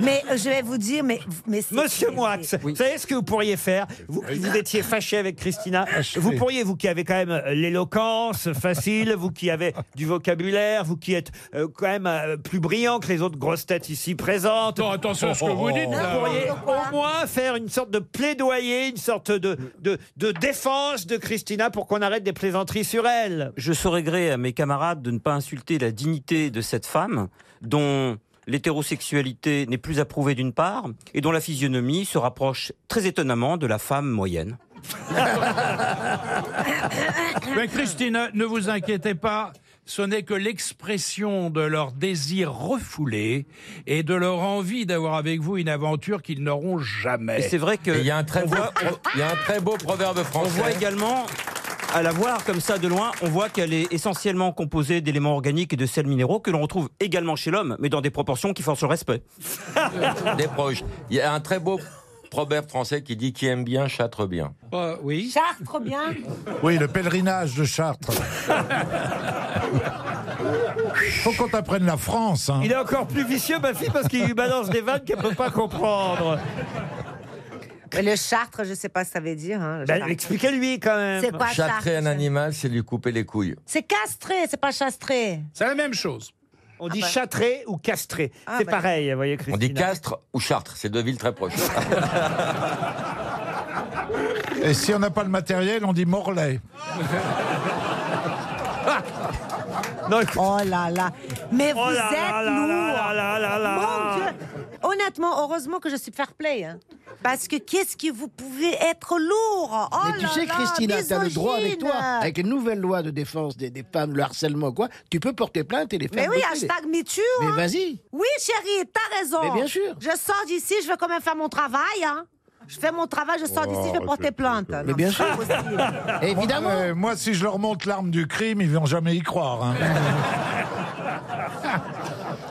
S8: Mais euh, je vais vous dire, mais. mais c'est-
S6: Monsieur
S8: c'est-
S6: Moix,
S8: c'est-
S6: vous savez ce que vous pourriez faire vous, vous étiez fâché avec Christina.
S4: Fâché.
S6: Vous pourriez, vous qui avez quand même euh, l'éloquence facile, vous qui avez du vocabulaire, vous qui êtes euh, quand même euh, plus brillant que les autres grosses têtes ici présentes.
S11: Non, attention à ce que vous dites.
S6: Vous
S11: là.
S6: pourriez
S8: Pourquoi
S6: au moins faire une sorte de plaidoyer, une sorte de, de, de défense de Christina pour qu'on arrête des plaisanteries sur elle.
S9: Je saurais gré à mes camarades de ne pas insulter la dignité de cette femme dont l'hétérosexualité n'est plus approuvée d'une part et dont la physionomie se rapproche très étonnamment de la femme moyenne.
S11: Mais Christine, ne vous inquiétez pas, ce n'est que l'expression de leur désir refoulé et de leur envie d'avoir avec vous une aventure qu'ils n'auront jamais.
S9: Et c'est vrai
S7: Et Il y,
S9: que
S7: a un très beau, il y a un très beau proverbe
S9: on voit
S7: français.
S9: également à la voir comme ça de loin, on voit qu'elle est essentiellement composée d'éléments organiques et de sels minéraux que l'on retrouve également chez l'homme, mais dans des proportions qui forcent le respect.
S7: des proches. Il y a un très beau proverbe français qui dit qui aime bien châtre bien.
S11: Euh, oui.
S8: Charles, *laughs* trop bien.
S4: Oui, le pèlerinage de Chartres. Faut qu'on t'apprenne la France. hein.
S6: Il est encore plus vicieux, ma fille, parce qu'il lui balance des vannes qu'elle ne peut pas comprendre.
S8: Mais le Chartres, je sais pas ce que ça veut dire. hein, le
S6: Ben,
S8: Chartres.
S6: Expliquez-lui quand même.
S8: c'est quoi Chartres
S7: Châtrer un animal, c'est lui couper les couilles.
S8: C'est castré, c'est pas chastré.
S11: C'est la même chose.
S6: On dit
S8: bah.
S6: châtré ou castré.
S8: Ah,
S6: c'est
S8: bah.
S6: pareil, vous voyez,
S7: On
S6: Christina.
S7: dit Castres ou Chartres, c'est deux villes très proches.
S4: Et si on n'a pas le matériel, on dit Morlaix.
S6: Non, écoute,
S8: Oh Ah là là. Mais
S6: Oh
S8: vous
S6: là là
S8: êtes
S6: là
S8: lourd.
S6: là là là là
S8: Mon
S6: là.
S8: Dieu. Honnêtement, heureusement que je suis fair play. hein. Parce que qu'est-ce que vous pouvez être lourd oh
S10: Mais tu
S8: là
S10: sais,
S8: là,
S10: Christina, t'as le droit avec toi,
S8: misogyne.
S10: avec les nouvelles lois de défense des, des femmes, le harcèlement, quoi, tu peux porter plainte et les
S8: Mais
S10: faire.
S8: oui,
S10: bosser.
S8: hashtag MeToo.
S10: Mais
S8: hein.
S10: vas-y.
S8: Oui, chérie, t'as raison.
S10: Mais bien sûr.
S8: Je sors d'ici, je vais quand même faire mon travail. hein. Je fais mon travail, je sors d'ici, je
S4: Oh,
S8: vais porter plainte.
S10: Mais Euh, bien
S6: Ah,
S10: sûr. Évidemment.
S4: Moi, euh, moi, si je leur montre l'arme du crime, ils vont jamais y croire.
S6: *laughs*
S4: hein.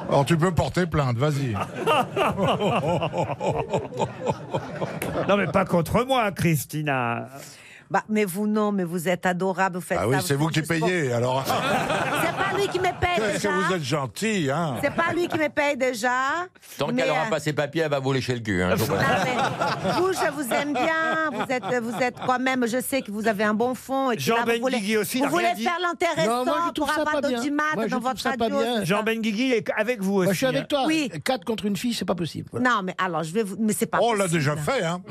S4: Alors tu peux porter plainte, vas-y.
S6: *laughs* non, mais pas contre moi, Christina.
S8: Bah, mais vous non, mais vous êtes adorable, vous faites
S4: Ah oui,
S8: ça,
S4: c'est vous qui
S8: juste
S4: payez,
S8: pour-
S4: alors.
S8: C'est pas lui qui me paye
S4: Qu'est-ce
S8: déjà.
S4: que vous êtes gentil, hein
S8: C'est pas lui qui me paye déjà.
S7: Tant
S8: mais,
S7: qu'elle aura
S8: euh, Ah,
S7: pas ses papiers, elle va vous lécher le cul. hein, je vous préviens.
S8: Vous, je vous aime bien. Vous êtes, vous êtes quand même. Je sais que vous avez un bon fond. Et que
S6: Jean
S8: là, Ah, vous
S6: Benguigui
S8: voulez,
S6: aussi, il
S8: Vous
S6: a rien
S8: voulez
S6: dit.
S8: faire
S10: Non, moi, je
S8: l'intéressant
S10: trouve
S8: pour
S10: ça
S8: avoir
S10: pas bien.
S8: d'audimat
S10: Moi, je
S8: dans
S10: trouve
S8: votre
S10: ça pas
S8: radio.
S10: bien.
S8: c'est
S6: Jean
S8: pas-
S6: Benguigui est avec vous aussi.
S10: Moi, je suis
S6: hein.
S10: avec toi.
S8: Oui.
S10: Quatre contre une fille, c'est pas possible. Voilà.
S8: Non, mais alors, je vais vous. Mais c'est pas.
S4: Oh, On l'a
S8: possible.
S4: déjà fait, hein
S10: *laughs*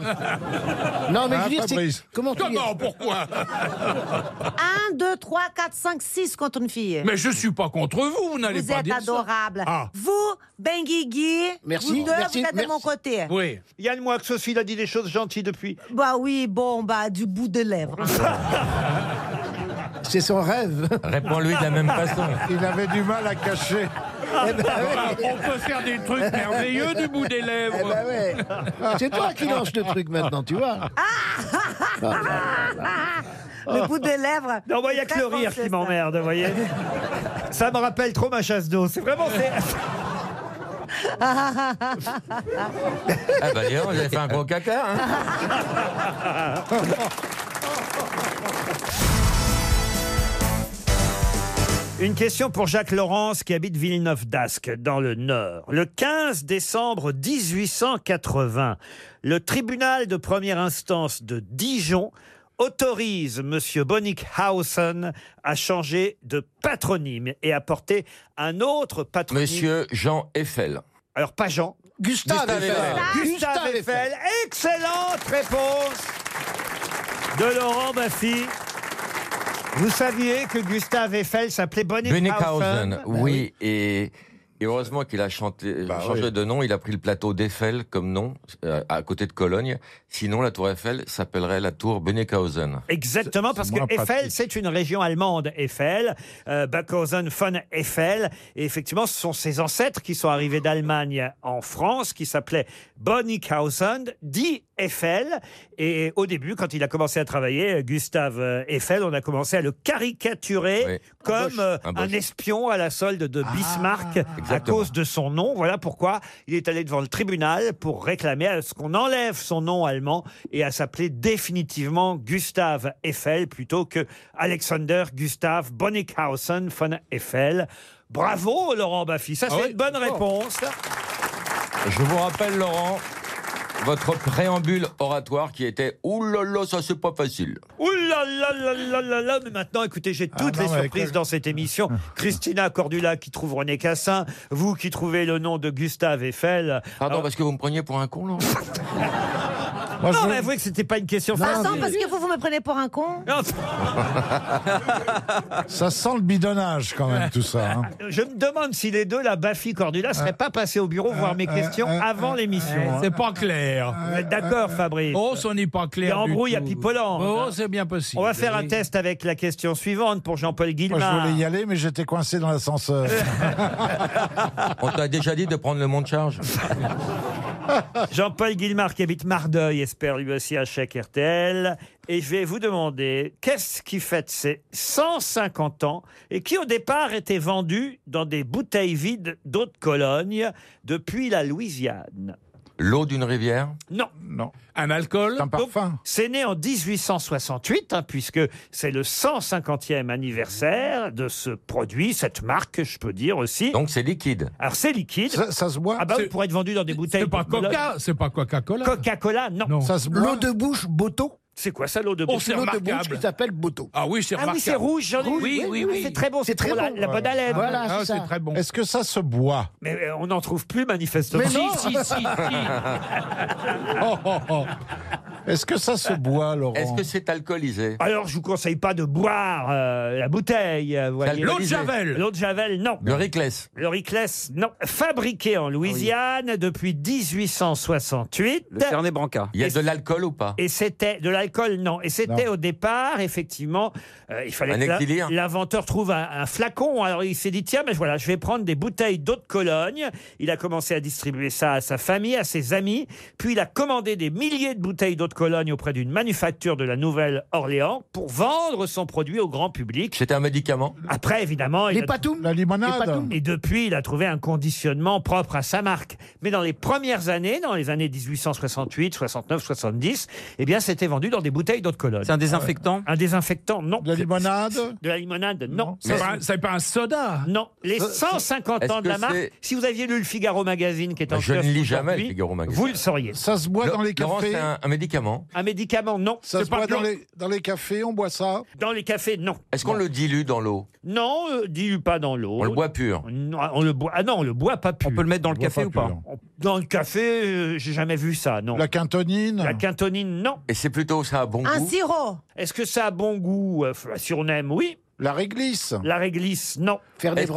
S10: Non, mais
S4: Hein,
S10: je veux dire,
S4: Fabrice
S10: c'est. Comment tu.
S11: Comment Ah Pourquoi
S8: 1, 2, 3, 4, 5, 6 contre une fille.
S11: Mais je suis pas contre vous, vous n'allez
S8: vous
S11: pas
S8: êtes
S11: dire ça.
S8: adorable.
S11: Ah.
S8: Vous, Benguigui,
S10: Merci,
S8: vous deux,
S10: merci,
S8: vous êtes de
S10: merci.
S8: mon côté.
S11: Oui.
S6: Yann Moix aussi, il a dit des choses gentilles depuis.
S8: Bah oui, bon, bah du bout des lèvres.
S6: Ah,
S10: C'est son rêve.
S7: Réponds-lui de la même façon.
S4: Il avait du mal à cacher. Eh ben
S10: Eh ben,
S11: Ah,
S10: ouais.
S11: *laughs* on peut faire des trucs merveilleux du bout des lèvres.
S10: Eh ben, ouais.
S4: *laughs*
S10: C'est toi qui lances le truc maintenant, tu vois.
S8: Ah, le bout des lèvres.
S6: Non, moi, il n'y a
S8: C'est
S6: que le
S8: très
S6: rire
S8: français,
S6: qui
S8: ça.
S6: m'emmerde, vous voyez. Ça me rappelle trop ma chasse d'eau. C'est vraiment. c'est-
S7: Ah bah d'ailleurs, vous avez fait un gros caca. Hein
S6: *laughs* Une question pour Jacques Laurence qui habite Villeneuve d'Ascq, dans le Nord. Le 15 décembre 1880, le tribunal de première instance de Dijon autorise M. Bonnickhausen à changer de patronyme et à porter un autre patronyme.
S7: Monsieur Jean Eiffel.
S6: Alors, pas Jean,
S10: Gustave
S7: Gustave
S10: Eiffel.
S7: Eiffel.
S6: Gustave Eiffel. Excellente réponse de Laurent Baffy. Vous saviez que Gustave Eiffel s'appelait
S7: Beneckhausen,
S6: Bonnickhausen
S7: oui, et, et heureusement qu'il a chanté,
S4: Bah
S7: changé
S4: oui.
S7: de nom, il a pris le plateau d'Eiffel comme nom, euh, à côté de Cologne. Sinon, la tour Eiffel s'appellerait la tour Beneckhausen.
S6: Exactement, parce que
S4: moins
S6: Eiffel,
S4: pratique.
S6: c'est une région allemande, Eiffel, euh, Backhausen von Eiffel. Et effectivement, ce sont ses ancêtres qui sont arrivés d'Allemagne en France, qui s'appelaient Bonnickhausen, dit Eiffel. Et au début, quand il a commencé à travailler, euh, Gustave euh, Eiffel, on a commencé à le caricaturer
S7: Oui.
S6: comme euh,
S7: Un
S6: un,
S7: Bosch.
S6: espion à la solde de Bismarck à
S7: Exactement.
S6: cause de son nom. Voilà pourquoi il est allé devant le tribunal pour réclamer à ce qu'on enlève son nom allemand et à s'appeler définitivement Gustave Eiffel plutôt que Alexander Gustav Bonnickhausen von Eiffel. Bravo Laurent Baffy, ça
S11: Ah
S6: c'est
S11: oui,
S6: une bonne
S11: fort.
S6: réponse.
S7: Je vous rappelle, Laurent, votre préambule oratoire qui était « Ouh là là, ça c'est pas facile
S6: Ouh là là là là là là, mais maintenant, écoutez, j'ai toutes
S4: Ah non,
S6: les
S4: mais Ah.
S6: surprises
S4: quel-
S6: dans cette émission. Christina Cordula qui trouve René Cassin, vous qui trouvez le nom de Gustave Eiffel. ».
S7: Pardon,
S6: Alors-
S7: parce que vous me preniez pour un con,
S6: *laughs*
S7: Laurent
S4: Moi, je
S6: non,
S4: veux-
S6: mais avouez que c'était pas une question
S8: Attends,
S6: facile.
S8: Bah, parce que vous, vous me prenez pour un con. Ah,
S6: Non,
S4: Ça sent le bidonnage, quand même, tout ça. hein.
S6: je me demande si les deux, la Bafi
S4: Ah.
S6: Cordula, seraient pas passés au bureau voir mes
S4: euh,
S6: questions
S4: euh,
S6: avant l'émission. hein.
S11: C'est pas clair.
S6: Vous êtes d'accord, Fabrice
S11: Oh, ce n'est pas
S6: Il y
S11: clair.
S6: a
S11: du
S6: embrouille à
S11: tout.
S6: Pipoland.
S11: Oh, c'est bien possible.
S6: On va faire un
S11: Oui.
S6: test avec la question suivante pour Jean-Paul
S4: Moi, je
S6: Guillemard.
S4: voulais y aller, mais j'étais coincé dans l'ascenseur.
S7: On t'a déjà dit de prendre le monde charge
S6: *laughs* Jean-Paul Guillemard qui habite Mardeuil espère lui aussi un chèque RTL. Et je vais vous demander, qu'est-ce qui fête ses 150 ans et qui au départ était vendu dans des bouteilles vides d'eau de Cologne depuis la Louisiane
S7: L'eau d'une rivière
S6: Non,
S4: non,
S11: Un alcool
S4: c'est un parfum.
S6: c'est né en 1868, hein, puisque c'est le 150e anniversaire de ce produit, cette marque, je peux dire aussi.
S7: Donc c'est liquide.
S6: Alors c'est liquide.
S4: Ça, ça se boit
S6: Ah bah oui,
S11: c'est-
S6: pour être vendu dans des bouteilles.
S11: C'est pas
S6: de Cologne.
S11: Coca, c'est pas Coca-Cola.
S6: Coca-Cola, non.
S11: Non.
S4: Ça se boit
S10: L'eau de bouche, Boto.
S6: C'est quoi ça l'eau de
S11: Oh,
S6: bouche
S11: c'est
S10: L'eau de bouche
S11: remarquable.
S10: qui s'appelle Boto.
S11: Ah oui, c'est
S6: Ah
S11: remarquable.
S6: oui, c'est rouge, j'en ai-
S11: Rouge, oui, oui, oui.
S6: C'est très bon, c'est
S10: C'est
S6: très
S10: très
S6: la,
S10: bon.
S6: la bonne haleine.
S10: Voilà,
S11: Ah,
S10: c'est
S11: c'est
S10: ça.
S11: très bon.
S4: Est-ce que ça se boit
S6: Mais euh, on n'en trouve plus manifestement.
S10: Mais non.
S6: *laughs*
S11: Si, si, si, si.
S4: Oh, oh, oh. Est-ce que ça se boit, Laurent
S7: Est-ce que c'est alcoolisé
S6: Alors je vous conseille pas de boire euh, la bouteille, euh, voyez.
S11: L'eau de
S7: Alcoolisé.
S11: Javel.
S6: L'eau de Javel, non.
S7: Le Ricless
S6: Le Ricless, non. Fabriqué en Louisiane depuis 1868.
S9: Le Fernet Branca.
S7: Il y a
S6: Et-
S7: de l'alcool ou pas
S6: Et c'était de l'alcool, non. Et c'était
S4: Non.
S6: au départ, effectivement, euh, il fallait
S7: Un
S6: que la-
S7: équilibre.
S6: l'inventeur trouve un, un flacon. Alors il s'est dit tiens, mais voilà, je vais prendre des bouteilles d'eau de Cologne. Il a commencé à distribuer ça à sa famille, à ses amis. Puis il a commandé des milliers de bouteilles d'eau de de Cologne auprès d'une manufacture de la Nouvelle-Orléans pour vendre son produit au grand public.
S7: C'était un médicament
S6: Après, évidemment.
S4: Les
S6: a-
S4: patoums La limonade Les patoums
S6: Et depuis, il a trouvé un conditionnement propre à sa marque. Mais dans les premières années, dans les années 1868, 69, 70, eh bien, c'était vendu dans des bouteilles d'eau de Cologne. C'est un
S9: désinfectant
S6: Un désinfectant, non. De la
S4: limonade
S6: De la limonade, non.
S11: C'est pas- c'est pas un soda
S6: Non. Les
S11: Euh,
S6: 150 ans
S11: est-ce
S6: de
S11: que
S6: la marque,
S11: c'est-
S6: si vous aviez lu le Figaro Magazine qui est en
S7: Bah, Je ne
S6: kiosque
S7: lis jamais
S6: aujourd'hui,
S7: le Figaro Magazine.
S6: Vous le sauriez.
S4: Ça se boit dans les
S7: Laurent,
S4: cafés
S7: c'est un, un médicament.
S6: Un médicament, non.
S4: Ça
S6: C'est
S4: se
S6: pas
S4: boit
S6: de l'eau.
S4: dans les, dans les cafés, on boit ça
S6: Dans les cafés, non.
S7: Est-ce qu'on le dilue dans l'eau
S6: Non, euh, dilue pas dans l'eau.
S7: On le boit pur.
S6: Non, on le boit. Ah non, on le boit pas pur. On peut le mettre dans le
S7: café pas ou pas pur.
S6: Dans le café, euh, j'ai jamais vu ça, non. La
S4: quintonine
S6: La quintonine, non.
S7: Et c'est plutôt ça a bon goût.
S6: sirop. Est-ce que ça a bon goût euh, f- Si on aime, oui.
S4: La réglisse.
S6: La réglisse, non.
S10: Faire
S7: Est-ce que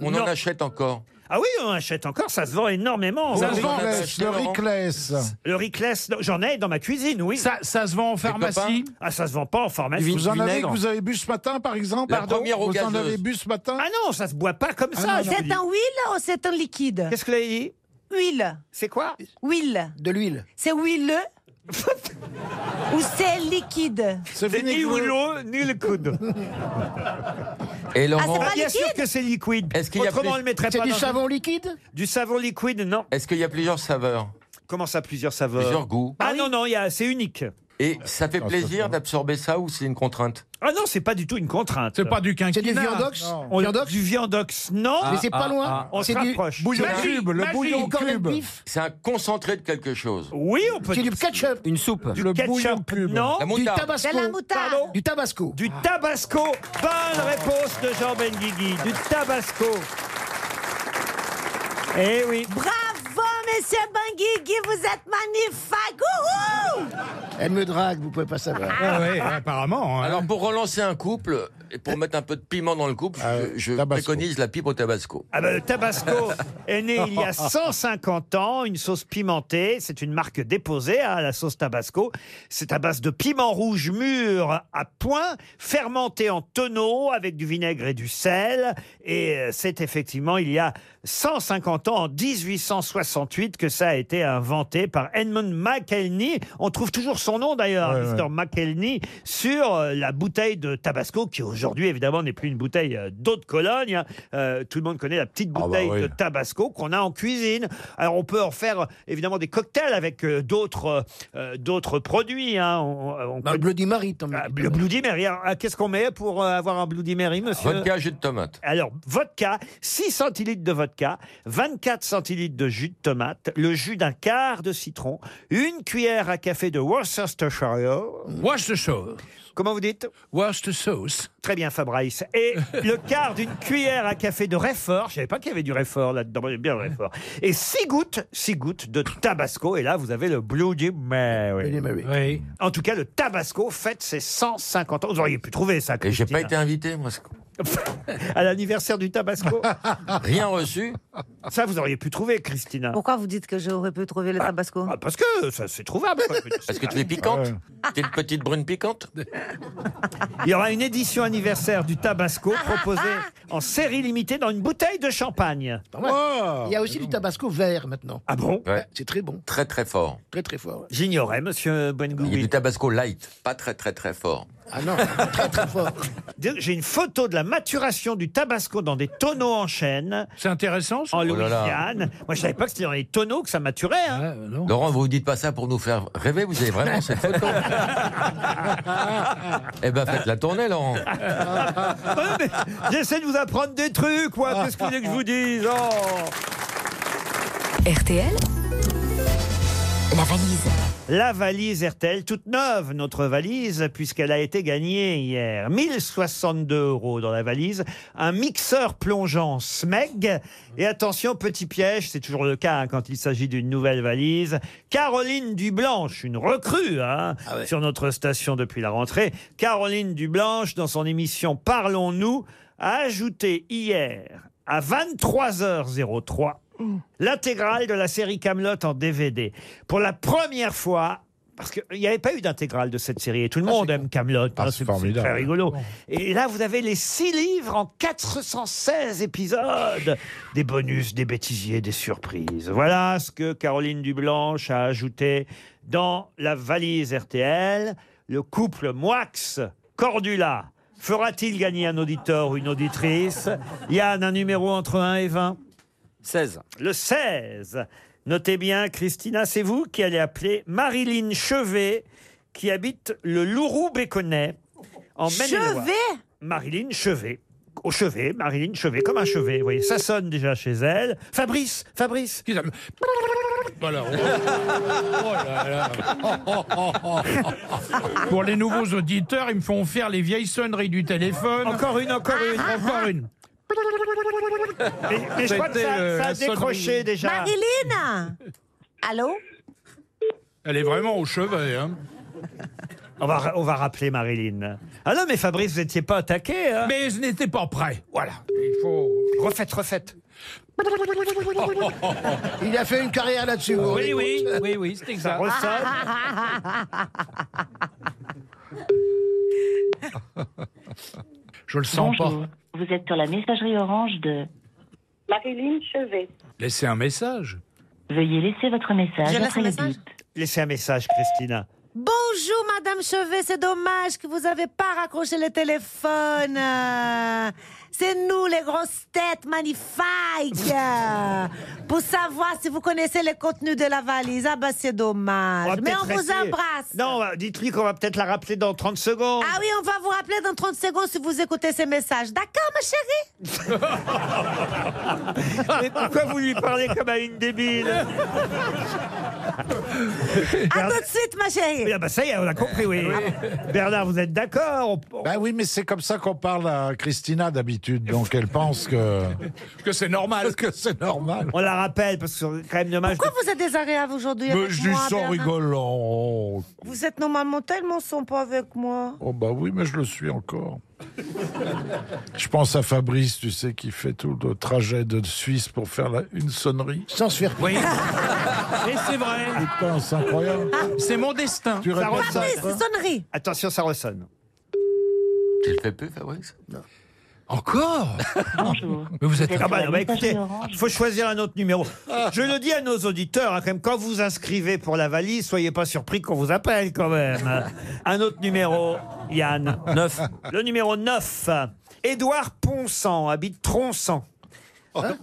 S7: On en achète encore.
S6: Ah oui, on achète encore, ça se vend énormément.
S4: Ça
S6: Oui.
S4: se vend, le Ricless.
S6: Le Ricless, non, j'en ai dans ma cuisine, oui. Ça,
S11: se vend en pharmacie
S6: Ah, ça se vend pas en pharmacie.
S4: Vous en avez que vous avez bu ce matin, par exemple Pardon Vous en avez bu ce matin
S6: Ah non, ça se boit pas comme ça. je vous
S8: C'est
S6: dis.
S8: un huile ou c'est un liquide
S6: Qu'est-ce que vous avez dit
S8: Huile.
S6: C'est quoi
S8: Huile.
S10: De l'huile.
S8: C'est
S6: *laughs*
S8: huileux ou c'est liquide
S6: C'est ni l'eau, ni le
S4: *laughs*
S6: coude.
S7: Et
S8: Ah, c'est
S7: Laurent,
S8: pas
S6: Bien sûr
S8: liquide
S6: que c'est liquide.
S7: Est-ce qu'il y a
S6: Autrement,
S7: plus-
S6: on le mettrait
S10: C'est
S6: pas
S10: du
S6: dans-
S10: savon liquide
S6: Du savon liquide, non.
S7: est-ce qu'il y a plusieurs saveurs
S6: Comment ça, plusieurs saveurs
S7: Plusieurs goûts.
S6: Ah non, non, il y a- c'est unique.
S7: Et ça fait plaisir d'absorber ça ou c'est une contrainte
S6: Ah non, c'est pas du tout une contrainte.
S11: C'est pas du
S10: C'est
S11: quinquennat.
S10: du viandox
S6: On- Du viandox, non.
S10: Mais c'est
S7: Ah,
S10: pas loin.
S6: On se
S10: C'est du
S6: rapproche.
S4: Bouillon
S11: Magie,
S4: cube, le
S11: magie,
S4: bouillon
S10: corned
S4: cube.
S10: beef.
S7: C'est un concentré de quelque chose.
S6: Oui, on peut
S10: C'est du
S6: dire
S10: ketchup.
S9: Une soupe.
S6: du
S4: le bouillon
S6: ketchup,
S4: cube.
S6: non.
S7: La
S10: Du
S7: moutarde.
S10: tabasco.
S8: De la moutarde.
S6: Pardon
S10: Du tabasco.
S6: Du tabasco. Bonne réponse de Jean Benguigui. Du tabasco. Eh oui.
S8: Bravo, monsieur Benguigui, vous êtes magnifique. Ouhou
S10: Elle me drague, vous pouvez pas savoir.
S11: Ah ouais, apparemment. hein.
S7: Alors pour relancer un couple et pour mettre un peu de piment dans le couple,
S4: Ah,
S10: Euh,
S7: je, je
S4: tabasco.
S7: préconise la pipe au tabasco.
S6: Ah ben,
S7: *laughs*
S6: le Tabasco est né il y a 150 ans, une sauce pimentée, c'est une marque déposée à la sauce Tabasco. C'est à base de piment rouge mûr à point, fermenté en tonneau avec du vinaigre et du sel. Et euh, c'est effectivement il y a 150 ans, en 1868, que ça a été inventé par Edmund McElney. On trouve toujours son nom d'ailleurs,
S4: Ouais,
S6: Mr. McElney, sur euh, la bouteille de Tabasco, qui aujourd'hui évidemment n'est plus une bouteille euh, d'eau de Cologne. hein. Euh, tout le monde connaît la petite
S4: Ah bah
S6: bouteille
S4: oui.
S6: de Tabasco qu'on a en cuisine. Alors on peut en faire euh, évidemment des cocktails avec euh, d'autres euh, d'autres produits. hein. On- on
S10: Bah,
S6: peut-
S10: le Bloody Mary, t'en
S6: Ah,
S10: mets.
S6: le Bloody Mary. Alors, ah, Qu'est-ce qu'on met pour euh, avoir un Bloody Mary, monsieur
S7: Vodka, jus de tomate.
S6: alors, vodka, 6 centilitres de vodka, 24 centilitres de jus de tomate, le jus d'un quart de citron, une cuillère à café de Worcestershire.
S11: Wash the sauce.
S6: Comment vous dites
S11: Wash the sauce.
S6: Très bien, Fabrice. Et le quart d'une cuillère à café de Réfort. Je savais pas qu'il y avait du Réfort là-dedans. mais J'aime bien le Réfort. Et 6 gouttes, 6 gouttes de Tabasco. Et là, vous avez le Bloody Mary.
S10: Bloody Mary.
S11: Oui.
S6: En tout cas, le Tabasco fête ses 150 ans. Vous auriez pu trouver ça,
S7: Et j'ai
S6: Christine,
S7: pas été invité, moi. ce-
S6: hein. À l'anniversaire du Tabasco.
S7: *laughs* Rien reçu.
S6: ça, vous auriez pu trouver, Christina.
S8: Pourquoi vous dites que j'aurais pu trouver le tabasco
S6: Ah, parce que ça, c'est trouvable. quoi.
S7: Est-ce que tu es piquante T'es une petite brune piquante
S6: Il y aura une édition anniversaire du Tabasco proposée en série limitée dans une bouteille de champagne.
S10: Pas mal. Il y a aussi du tabasco vert maintenant.
S6: Ah bon
S7: Ouais.
S10: C'est très bon,
S7: Très très fort.
S10: très très fort. ouais.
S6: J'ignorais, monsieur
S7: Il y a du
S6: Bengougui.
S7: tabasco light, pas très très très fort.
S10: Ah non, très très fort.
S6: J'ai une photo de la maturation du Tabasco dans des tonneaux en chêne
S11: C'est intéressant, ça
S6: en
S7: Oh là là.
S6: Louisiane. Moi, je savais pas que c'était dans les tonneaux que ça maturait. hein.
S11: Ouais, non.
S7: Laurent, vous ne dites pas ça pour nous faire rêver, vous avez vraiment cette photo. eh ben faites la tournée, Laurent.
S6: Ah, mais J'essaie de vous apprendre des trucs, moi. Qu'est-ce que vous voulez que je vous dise Oh.
S2: RTL, la valise.
S6: La valise RTL, toute neuve, notre valise, puisqu'elle a été gagnée hier. 1062 euros dans la valise, un mixeur plongeant SMEG. Et attention, petit piège, c'est toujours le cas hein, quand il s'agit d'une nouvelle valise. Caroline Dublanche, une recrue hein, sur notre station depuis la rentrée. Caroline Dublanche, dans son émission Parlons-nous, a ajouté hier à 23h03 l'intégrale de la série Camelot en DVD. Pour la première fois, parce qu'il n'y avait pas eu d'intégrale de cette série et tout le monde aime Camelot, hein,
S4: Ah, c'est formidable.
S6: très rigolo. Et là, vous avez les six livres en 416
S8: Euh,
S6: épisodes, des bonus, des bêtisiers, des surprises. Voilà ce que Caroline Dublanche a ajouté Dans la valise RTL, le couple Moix Cordula fera-t-il gagner un auditeur ou une auditrice Yann, un numéro entre 1 et 20 16. Le 16. Notez bien, Christina, c'est vous qui allez appeler Marilyn Chevet, qui habite le Lourou Béconnet, en Maine-et-Loire.
S8: Chevet
S6: Marilyn Chevet. Au chevet, Marilyn Chevet, comme un chevet, vous voyez, ça sonne déjà chez elle. Fabrice, Fabrice.
S11: Voilà. *laughs*
S4: Oh
S11: Pour les nouveaux auditeurs, ils me font faire les vieilles sonneries du téléphone. Ah.
S6: Encore une, encore une,
S11: encore une.
S6: Mais, mais je crois que
S11: C'était,
S6: ça,
S11: euh,
S6: ça a
S11: la sonnerie.
S6: décroché déjà. *laughs*
S8: Marilyn Allô
S11: Elle est vraiment au chevet. Hein.
S6: On va, on va rappeler Marilyn. Ah non, mais Fabrice, vous n'étiez pas attaqué. hein.
S11: Mais je n'étais pas prêt. Voilà. Il faut.
S6: Refaites, refaites.
S10: Il a fait une carrière là-dessus. vous
S11: Oui,
S10: voyez.
S11: oui, oui, oui, c'est
S4: *laughs*
S11: exact. Je le sens pas.
S14: Vous êtes sur la messagerie orange de...
S12: Marilyn Chevet.
S11: Laissez un message.
S14: Veuillez laisser votre message
S8: Je laisse
S14: après
S8: un
S14: le
S8: message
S14: bip.
S6: Laissez un message, Christina.
S8: Bonjour Madame Chevet, c'est dommage que vous n'avez pas raccroché le téléphone. Euh, C'est nous les grosses têtes magnifiques. Euh, Pour savoir si vous connaissez le contenu de la valise, ah ben c'est
S6: On va
S8: dommage. Mais
S6: peut-être
S8: on vous
S6: essayer.
S8: embrasse.
S6: Non, bah, dites-lui qu'on va peut-être la rappeler dans 30 secondes.
S8: Ah oui, on va vous rappeler dans 30 secondes si vous écoutez ces messages. D'accord ma chérie
S6: *laughs* Mais pourquoi vous lui parlez comme à une débile
S8: À tout de suite ma chérie. Ah,
S6: Ah bah ça y est, on a compris, oui. Bernard, vous êtes d'accord
S4: Ben oui, mais c'est comme ça qu'on parle à Christina d'habitude, donc elle pense que...
S11: Que c'est normal.
S4: que c'est normal.
S6: On la rappelle, parce que c'est quand même dommage.
S8: Pourquoi vous êtes désagréable aujourd'hui
S4: Mais
S8: avec
S4: je dis
S8: moi,
S4: ça
S8: Bernard
S4: rigolant.
S8: Vous êtes normalement tellement sympa avec moi.
S4: Oh bah oui, mais je le suis encore. Je pense à Fabrice, tu sais, qui fait tout le trajet de Suisse pour faire la- une sonnerie.
S10: Sans se faire
S11: Oui. *laughs* Et c'est vrai.
S4: Putain, c'est incroyable.
S11: C'est mon destin.
S4: Tu
S6: Ça
S4: répètes ça,
S6: ressonne.
S4: toi
S8: Sonnerie.
S6: Attention, ça ressonne.
S7: Tu le fais peu, Fabrice
S11: Encore
S14: Bonjour.
S11: Mais vous êtes
S6: Ah bah, non, bah, écoutez, il faut choisir un autre numéro. Je le dis à nos auditeurs, hein, quand même, quand vous inscrivez pour la valise, soyez pas surpris qu'on vous appelle quand même. Un autre numéro, Yann. 9. Le numéro 9. Édouard Ponsan habite Tronçant.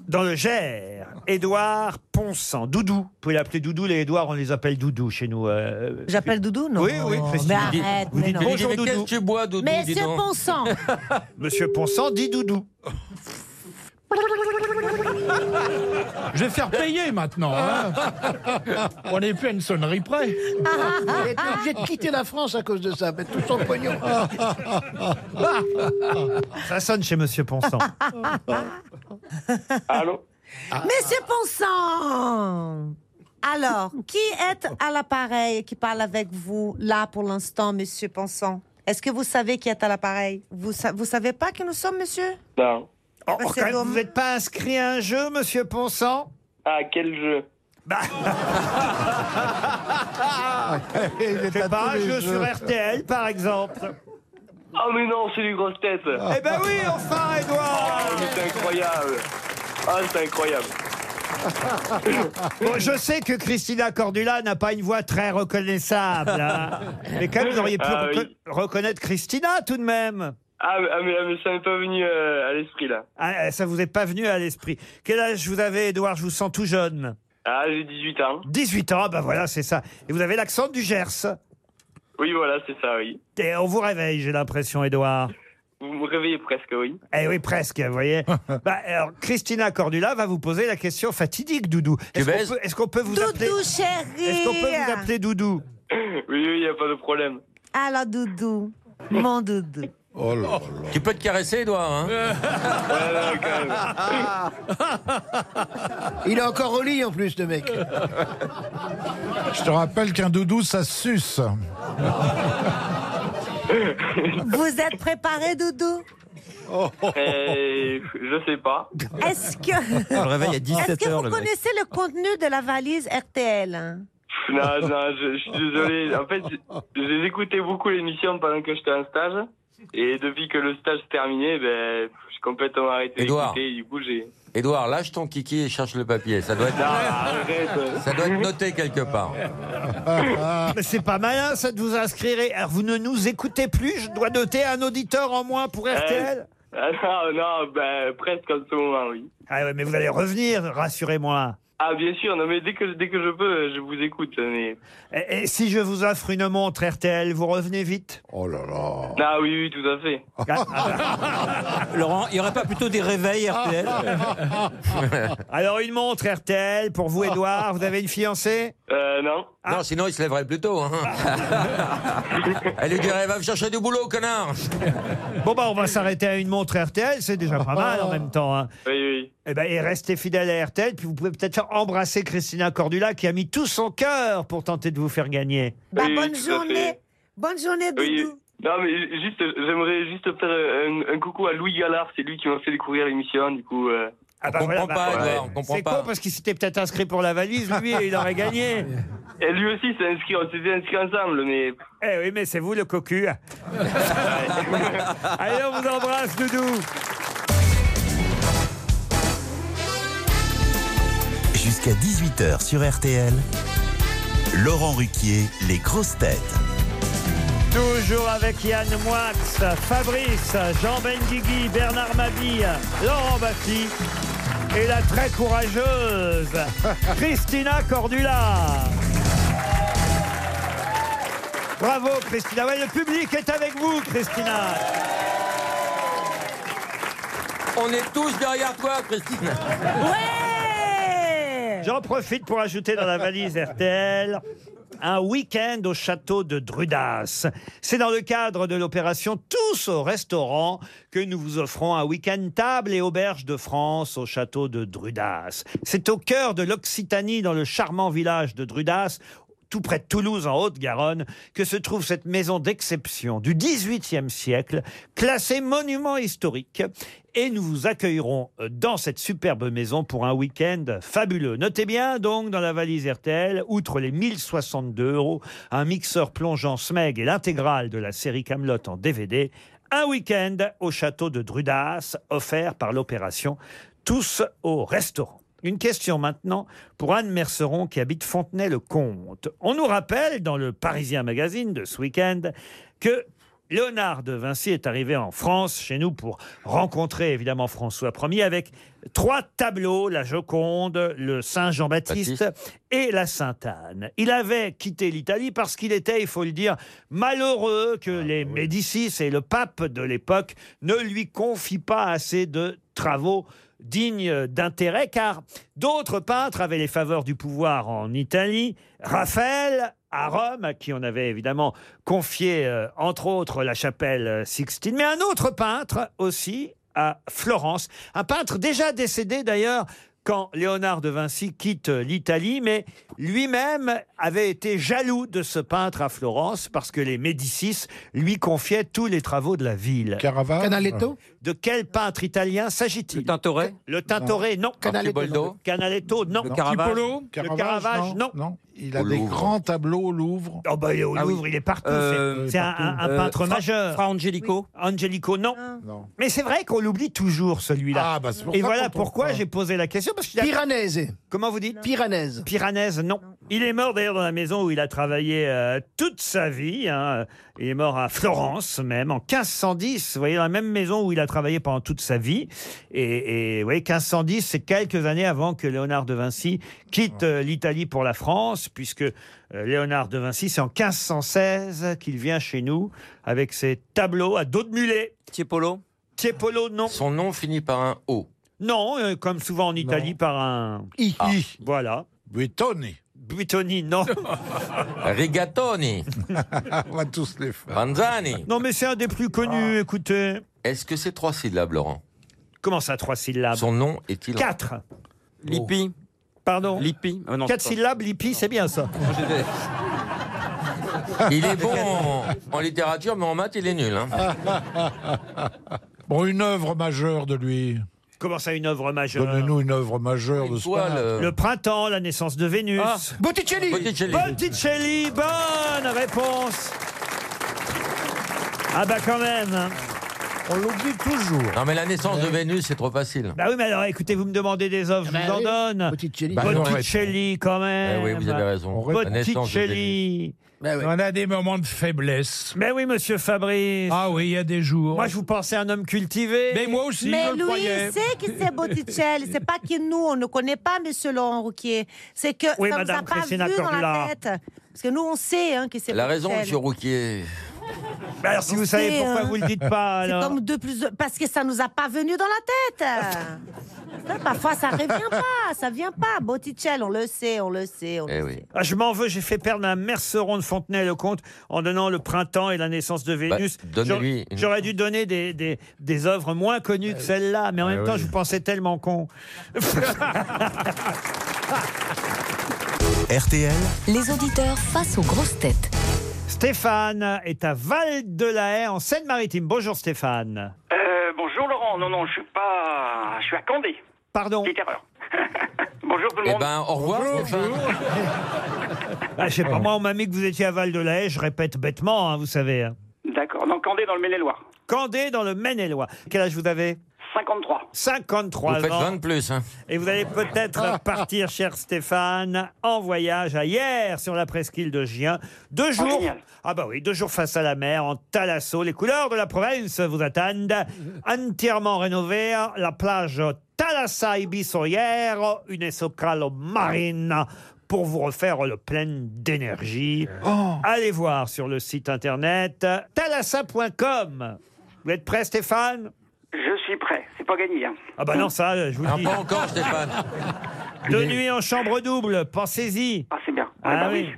S6: Dans le Gers, Édouard Ponsan, Doudou. Vous pouvez l'appeler Doudou, les Édouards, on les appelle Doudou chez nous. euh,
S8: J'appelle Doudou non
S6: Oui, oui, Christine.
S8: Mais arrête,
S6: Vous
S8: mais
S6: dites
S8: non.
S6: bonjour,
S7: Mais qu'est-ce
S6: Doudou.
S7: que tu bois, Doudou
S8: Mais
S7: dis
S8: c'est
S7: donc
S8: bon sang.
S6: *laughs* Monsieur Ponsan dit Doudou.
S11: Je vais faire payer maintenant. hein. *laughs* On n'est plus à une sonnerie près.
S10: Il a été obligé de quitter la France à cause de ça, mais tout
S8: *laughs*
S10: son pognon.
S6: Ça sonne chez Monsieur
S15: *laughs*
S6: Oh, Ponsan. Ah.
S8: *laughs*
S15: Allô
S8: Monsieur Ponsant Alors, qui est à l'appareil et qui parle avec vous là pour l'instant, Monsieur Ponsant Est-ce que vous savez qui est à l'appareil Vous sa- vous savez pas qui nous sommes, Monsieur
S15: Non.
S6: Oh,
S8: Bah, c'est
S6: quand même,
S8: dommage.
S6: vous n'êtes pas inscrit à un jeu, Monsieur Bah. Ponsan
S15: Ah, quel jeu *laughs*
S6: *laughs* Je sais pas, un
S4: les jeux.
S6: jeu sur RTL,
S15: *laughs*
S6: par exemple.
S15: Ah mais non, c'est les grosses têtes
S6: Eh ben oui, enfin, Edouard
S15: Ah, mais C'est incroyable Ah, c'est incroyable
S6: Bon, je sais que Christina Cordula n'a pas une voix très reconnaissable. hein. Mais quand même, vous auriez pu
S15: Ah,
S6: reco-
S15: oui.
S6: reconnaître Christina, tout de même.
S15: Ah, mais, ah, mais- ah, mais ça m'est pas venu euh, à l'esprit, là.
S6: Ah, ça vous est pas venu à l'esprit. Quel âge vous avez, Edouard Je vous sens tout jeune.
S15: Ah, j'ai 18 ans.
S6: 18 ans, ben voilà, c'est ça. Et vous avez l'accent du Gers.
S15: Oui, voilà, c'est ça, oui.
S6: Et on vous réveille, j'ai l'impression, Edouard.
S15: Vous me réveillez presque, oui.
S6: Eh oui, presque, vous voyez. Bah, alors, Christina Cordula va vous poser la question fatidique, Doudou. Est-ce qu'on
S15: baises
S6: peut, est-ce qu'on peut vous appeler
S8: Doudou, chérie
S6: Est-ce qu'on peut vous appeler Doudou
S15: *laughs* Oui, oui, y a pas de *laughs* problème.
S8: Alors, Doudou, mon Doudou.
S4: Oh là là.
S7: Tu peux te caresser, Edouard, hein
S15: Ah, non, quand même.
S10: Il est encore au lit en plus, le mec.
S4: Je te rappelle qu'un doudou, ça se suce.
S8: Vous êtes préparé, Doudou
S15: Eh, je sais pas.
S8: Est-ce que,
S9: Ah, Le réveil à 17h.
S8: *laughs* est-ce que vous
S9: le mec.
S8: connaissez le contenu de la valise RTL hein
S15: Non, non, je, je suis désolé. En fait, j'ai- j'ai écouté beaucoup l'émission pendant que j'étais en stage. Et depuis que le stage s'est terminé, ben, j'ai complètement arrêté
S7: Édouard.
S15: d'écouter. Du coup, j'ai.
S7: Édouard, lâche ton kiki et cherche le papier. Ça doit être,
S15: Non, arrête.
S7: ça doit être noté quelque part.
S6: *laughs* Mais c'est pas malin, ça, de vous inscrire. Et Alors, vous ne nous écoutez plus. Je dois noter un auditeur en moins pour RTL.
S15: Euh, ah, non, non, ben, presque en ce moment, oui.
S6: Ah ouais, mais vous allez revenir, rassurez-moi.
S15: Ah, bien sûr, non, mais dès que, dès que je peux, je vous écoute. Mais...
S6: Et, et si je vous offre une montre RTL, vous revenez
S7: *laughs*
S6: vite Ah.
S15: Oh là là. Ah, oui, oui, tout à fait.
S9: Laurent, il n'y aurait pas plutôt des réveils RTL
S6: *laughs* Alors, une montre RTL pour vous, Edouard. Vous avez une fiancée Ah.
S15: Euh, non.
S7: Non, sinon il se lèverait plus tôt. hein. Elle lui dirait, va me chercher du boulot, connard.
S6: Bon, bah, on va s'arrêter à une montre RTL. C'est déjà pas mal en même temps. hein.
S15: Oui, oui.
S6: Eh ben, et restez fidèle à RTL. Puis vous pouvez peut-être faire embrasser Christina Cordula qui a mis tout son cœur pour tenter de vous faire gagner.
S8: Bah,
S15: Oui,
S8: bonne
S15: tout à
S8: journée.
S15: fait.
S8: Bonne journée,
S15: Oui.
S8: Doudou.
S15: Non, mais juste, j'aimerais juste faire un, un coucou à Louis Gallard, c'est lui qui m'a fait découvrir l'émission, du coup. euh,
S6: Ah bah voilà, bah,
S7: Edouard, on
S6: C'est con parce qu'il s'était peut-être inscrit pour la valise, lui, et il aurait gagné.
S15: Et lui aussi s'est inscrit, on s'était inscrit ensemble, mais. *laughs*
S6: Eh oui, mais c'est vous le cocu. Allez, on vous embrasse, Doudou.
S5: Jusqu'à 18h sur RTL, Laurent Ruquier, les grosses têtes.
S6: Toujours avec Yann Moix, Fabrice, Jean Benguigui, Bernard Mabille, Laurent Baffi et la très courageuse Christina Cordula. Bravo Christina. Ouais, le public est avec vous Christina.
S7: On est tous derrière toi, Christine.
S6: J'en profite pour ajouter dans la valise RTL un week-end au château de Drudas. C'est dans le cadre de l'opération Tous au restaurant que nous vous offrons un week-end table et auberge de France au château de Drudas. C'est au cœur de l'Occitanie, dans le charmant village de Drudas, tout près de Toulouse, en Haute-Garonne, que se trouve cette maison d'exception du XVIIIe siècle, classée monument historique. Et nous vous accueillerons euh, dans cette superbe maison pour un week-end fabuleux. Notez bien, donc, dans la valise RTL, outre les 1062 euros, un mixeur plongeant Smeg et l'intégrale de la série Camelot en DVD, un week-end au château de Drudas, offert par l'opération Tous au restaurant. Une question maintenant pour Anne Merceron qui habite Fontenay-le-Comte. On nous rappelle dans le Parisien Magazine de ce week-end que Léonard de Vinci est arrivé en France, chez nous, pour rencontrer évidemment François Ier avec trois tableaux, la Joconde, le Saint Jean-Baptiste et la Sainte Anne. Il avait quitté l'Italie parce qu'il était, il faut le dire, malheureux que les Médicis et le pape de l'époque ne lui confient pas assez de travaux dignes d'intérêt, car d'autres peintres avaient les faveurs du pouvoir en Italie. Raphaël, à Rome, à qui on avait évidemment confié, euh, entre autres, la chapelle euh, Sixtine, mais un autre peintre aussi, à Florence, un peintre déjà décédé d'ailleurs quand Léonard de Vinci quitte euh, l'Italie, mais lui-même avait été jaloux de ce peintre à Florence parce que les Médicis lui confiaient tous les travaux de la ville.
S4: Caravane
S10: Canaletto
S6: De quel peintre italien s'agit-il Le Tintoret Le Tintoret, non.
S10: Canaletto, Archiboldo
S6: non. Canaletto, non.
S4: Non. Tiepolo
S6: Le Caravage, non.
S4: Il a
S6: Au
S4: des
S6: Louvre.
S4: grands tableaux au Louvre. Ah
S6: Oh bah, il est au Louvre, il est partout.
S4: Euh,
S6: c'est c'est un,
S4: partout.
S6: un- un
S4: Euh,
S6: peintre
S4: Fra-
S6: majeur.
S4: Fra
S6: Angelico Angelico, non. Mais c'est vrai qu'on l'oublie toujours, celui-là.
S4: Ah, bah, c'est pour
S6: Et
S4: ça
S6: voilà
S4: qu'on trouve
S6: pourquoi
S4: pas.
S6: j'ai posé la question. Parce qu'il a-
S10: Piranèse.
S6: Comment vous dites
S10: Piranèse.
S6: Piranèse, non. Il est mort d'ailleurs dans la maison où il a travaillé euh, toute sa vie. hein. Il est mort à Florence même, en 1510. Vous voyez, dans la même maison où il a travaillé pendant toute sa vie. Et, et, vous voyez, 1510, c'est quelques années avant que Léonard de Vinci quitte euh, l'Italie pour la France, puisque euh, Léonard de Vinci, c'est en 1516 qu'il vient chez nous avec ses tableaux à dos de mulet.
S9: Tiepolo
S6: Tiepolo, non.
S7: Son nom finit par un O.
S6: Non, euh, comme souvent en Italie, par un... Ah,
S10: I.
S6: Voilà.
S4: Buitoni.
S6: Buitoni, *laughs* non.
S7: *laughs* Rigatoni.
S4: *laughs* On va tous les faire.
S7: Panzani.
S6: Non, mais c'est un des plus connus, écoutez.
S7: Ah. Est-ce que c'est trois syllabes, Laurent
S6: Comment ça, trois syllabes
S7: Son nom est-il en- Oh.
S6: Quatre.
S9: Lippi
S6: Pardon
S9: Lippi Ah non,
S6: Quatre
S9: c'est pas-
S6: syllabes, Lippi, c'est bien ça.
S7: *laughs* Il est bon en, en littérature, mais en maths, il est nul. hein.
S6: Ah.
S4: Bon, une œuvre majeure de lui.
S6: Comment ça, une œuvre majeure
S4: Donnez-nous une œuvre majeure de ce
S7: toile,
S4: peintre.
S7: euh,
S6: bah, Le printemps, la naissance de Vénus.
S4: Ah.
S10: Botticelli.
S7: Botticelli.
S6: Botticelli, bonne réponse Ah bah quand même hein.
S4: On l'oublie toujours.
S7: Non, mais la naissance de Vénus, c'est trop facile.
S6: Bah oui, mais alors écoutez, vous me demandez des offres, je vous en donne. Botticelli,
S7: Bah non,
S6: quand même.
S7: Eh oui, vous avez raison. La naissance de
S6: Botticelli.
S7: Ben
S11: On a des moments de faiblesse.
S6: Mais oui, monsieur Fabrice.
S11: Ah oui, il y a des jours.
S6: Moi, je vous pensais un homme cultivé.
S11: Mais moi aussi,
S8: Mais
S11: je le
S8: lui,
S11: croyais.
S8: il sait qui c'est Botticelli. C'est pas que nous, on ne connaît pas Monsieur Laurent Rouquier. C'est que
S7: Oui,
S8: ça ne
S7: Madame
S8: pas
S7: Christina
S8: vu dans
S7: Cordula.
S8: la tête. Parce que nous, on sait hein, qui c'est
S7: Elle a raison,
S8: Botticelli.
S7: monsieur Rouquier.
S6: Bah alors, si vous
S8: On
S6: savez
S8: sait,
S6: pourquoi
S8: hein.
S6: vous le dites pas,
S8: C'est
S6: alors.
S8: comme deux plus deux, parce que ça nous a pas venu dans
S6: *laughs*
S8: la tête. Ça, Parfois, ça revient pas, ça vient pas. Botticelli, on le sait, on le sait, on
S7: Eh
S8: le sait.
S6: Ah, je m'en veux, j'ai fait perdre un merceron de Fontenay-le-Comte en donnant le printemps et la naissance de Vénus.
S7: Bah, donnez-lui
S6: J'aurais-
S7: une-
S6: J'aurais dû donner des, des, des œuvres moins connues que celle-là,
S7: Bah
S6: mais en même temps, je vous pensais tellement con.
S4: *laughs*
S5: RTL,
S2: *laughs* Les auditeurs face aux grosses têtes.
S6: Stéphane est à Val-de-la-Haye, en Seine-Maritime. Bonjour Stéphane.
S16: Euh, bonjour Laurent, non, non, je suis pas. Je suis à Candé.
S6: Pardon.
S16: Petite erreur. *laughs* bonjour tout le
S7: Eh
S16: monde.
S7: ben, au revoir, Stéphane.
S6: Ah, je sais
S7: Oh.
S6: pas, moi, on m'a mis que vous étiez à Val-de-la-Haye, je répète bêtement, hein, vous savez. hein.
S16: D'accord, dans Candé, dans le Maine-et-Loire.
S6: Candé dans le Maine-et-Loire. Quel âge vous avez
S16: 53.
S6: 53
S7: Vous faites
S6: ans.
S7: 20 de plus. Hein.
S6: Et vous allez peut-être partir, cher Stéphane, en voyage à hier sur la presqu'île de Gien. Deux jours. Ah bah oui, deux jours face à la mer, en Talasso. Les couleurs de la province vous attendent. Entièrement rénovée, la plage Talassa Ibisorière, une esocale marine pour vous refaire le plein d'énergie. Allez voir sur le site internet talassa.com. Vous êtes prêt, Stéphane
S16: Je suis prêt, c'est pas gagné. Hein.
S6: Ah bah non, ça, je vous le dis.
S7: pas encore, Stéphane.
S6: *laughs* Deux nuits en chambre double, pensez-y.
S16: Ah, c'est bien.
S6: Ah,
S16: bah
S6: oui.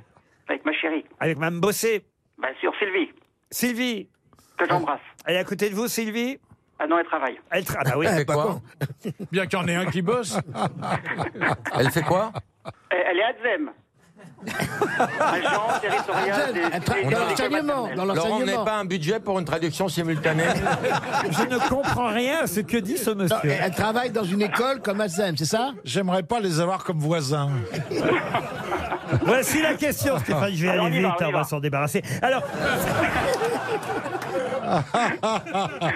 S16: Avec ma chérie.
S6: Avec Mme Bossé.
S16: Bien sûr, Sylvie.
S6: Sylvie.
S16: Que j'embrasse.
S6: Elle est à côté de vous, Sylvie
S16: Ah non, elle travaille.
S6: Elle travaille. Ah bah oui.
S11: Eh,
S7: Elle fait quoi *laughs*
S11: Bien qu'il y en ait un qui bosse.
S7: Elle fait quoi
S16: Elle, elle est à
S10: *laughs*
S16: Zem. Agent territorial des. des- des-
S6: Oh,
S7: Laurent, on n'est pas un budget pour une traduction simultanée.
S16: Euh,
S6: Je ne comprends rien à ce que dit ce monsieur.
S10: elle travaille dans une école comme Azem, c'est ça
S4: J'aimerais pas les avoir comme voisins.
S6: *laughs* Voici la question, Stéphane. Je vais
S4: Alors, on
S6: aller
S4: y
S6: vite,
S4: va,
S6: on,
S4: on y
S6: va
S4: va.
S6: s'en débarrasser. Alors.
S16: *laughs*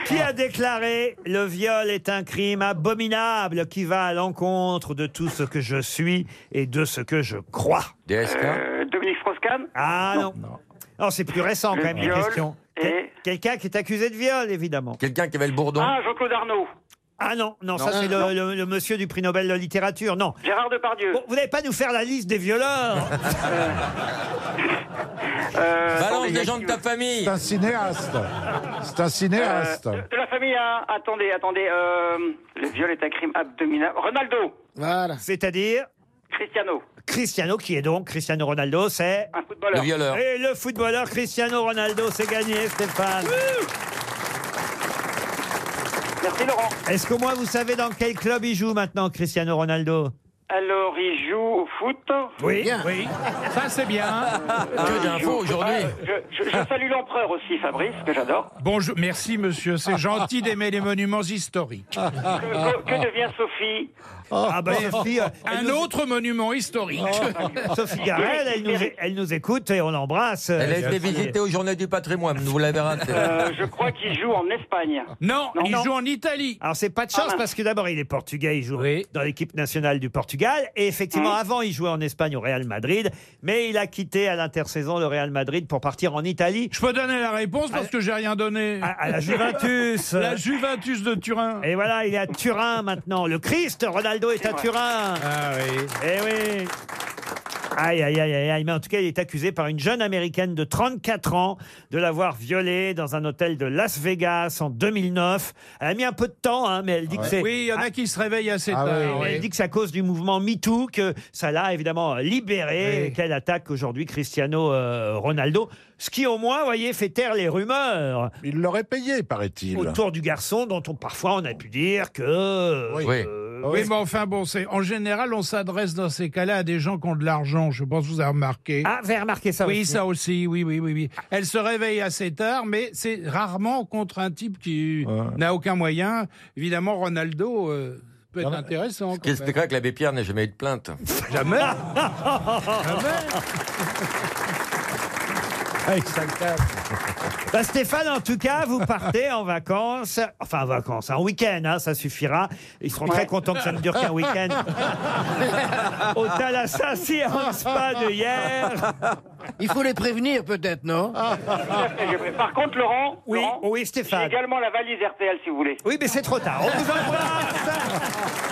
S6: qui a déclaré Le viol est un crime abominable qui va à l'encontre de tout ce que je suis et de ce que je crois
S7: DSK
S16: Euh, Dominique Froscan
S6: Ah non. Non, c'est plus récent quand
S16: Le
S6: même, les
S16: viol
S6: questions.
S16: et-
S6: Quel- Quelqu'un qui est accusé de viol, évidemment.
S7: Quelqu'un qui avait le bourdon.
S16: Ah, Jean-Claude Arnaud.
S6: Ah non, non,
S16: Non.
S6: ça c'est
S16: Non.
S6: le, le- le monsieur du prix Nobel de littérature, non.
S16: Gérard Depardieu.
S6: Bon, vous n'allez pas nous faire la liste
S7: *laughs*
S6: des violeurs Euh,
S7: Balance
S16: Euh, attendez,
S7: des
S16: y a
S7: gens
S16: qui
S7: de ta famille.
S4: C'est un cinéaste. C'est un cinéaste.
S16: Euh, de la famille à... Attendez, attendez. euh, le viol est un crime abominable. Ronaldo.
S10: Voilà.
S6: C'est-à-dire
S16: Cristiano.
S6: Cristiano, qui est donc Cristiano Ronaldo, c'est
S16: footballeur. Le violeur.
S6: Et le footballeur Cristiano Ronaldo, c'est gagné, Stéphane.
S16: Merci Laurent.
S6: Est-ce qu'au moins vous savez dans quel club il joue maintenant, Cristiano Ronaldo
S16: Alors, il joue au foot
S6: Oui, Bien. oui.
S11: Ça, c'est *laughs* bien.
S16: Que
S11: d'infos aujourd'hui.
S16: Ah, Je, je salue l'empereur aussi, Fabrice, que j'adore.
S11: Bonjour, merci monsieur, c'est gentil d'aimer les monuments historiques.
S16: Que, que- que devient Sophie
S6: Ah bah, Sophie, euh, elle
S11: Oh. un
S6: nous-
S11: autre monument historique. *laughs*
S6: Oh, Sophie Garel, elle nous, elle nous écoute et on l'embrasse.
S7: Elle a été visitée aux Journées du patrimoine, vous l'avez raté.
S16: Euh, Je crois qu'il joue en Espagne.
S11: Non,
S16: Non.
S11: il
S16: Non.
S11: joue en Italie.
S6: Alors c'est pas de chance parce que d'abord il est portugais, il joue dans l'équipe nationale du Portugal et effectivement avant il jouait en Espagne au Real Madrid, mais il a quitté à l'intersaison le Real Madrid pour partir en Italie.
S11: Je peux donner la réponse parce que j'ai rien donné.
S6: À, à la
S11: *laughs*
S6: Juventus.
S11: La Juventus de Turin.
S6: Et voilà, il est à Turin maintenant. Le Christ, Ronaldo est à Turin.
S11: Ah oui.
S6: Eh oui. Aïe, aïe, aïe, aïe, aïe. Mais en tout cas, il est accusé par une jeune américaine de 34 ans de l'avoir violée dans un hôtel de Las Vegas en 2009. Elle a mis un peu de temps, hein, mais elle dit que c'est.
S11: Oui, il y en a qui se réveillent assez
S6: Ah oui,
S11: tard.
S6: mais Elle dit que c'est à cause du mouvement MeToo que ça l'a évidemment libéré et qu'elle attaque aujourd'hui Cristiano euh, Ronaldo. Ce qui, au moins, voyez, fait taire les rumeurs.
S4: Il l'aurait payé, paraît-il.
S6: Autour du garçon, dont on, parfois on a pu dire que. euh,
S11: Oui, mais enfin bon, c'est en général, on s'adresse dans ces cas-là à des gens qui ont de l'argent. Je pense que vous avez remarqué.
S6: Ah, vous avez remarqué ça
S11: Oui,
S6: aussi.
S11: ça aussi. Oui, oui, oui, oui. Elle se réveille assez tard, mais c'est rarement contre un type qui n'a aucun moyen. Évidemment, Ronaldo euh, peut être intéressant.
S7: Qui expliquera que l'abbé Pierre n'a jamais eu de
S11: *laughs*
S7: plainte.
S11: Jamais.
S6: Ah, Bah, Stéphane, en tout cas, vous partez en vacances, enfin en vacances, en week-end, hein, ça suffira. Ils seront très contents que ça ne dure qu'un week-end. Au Talassaci en spa de hier.
S10: Il faut les prévenir peut-être, non
S16: *laughs* Par contre, Laurent,
S10: Oui,
S16: Laurent,
S6: oui, Stéphane.
S16: j'ai également la valise RTL si vous voulez.
S6: Oui, mais c'est trop tard. On vous *laughs*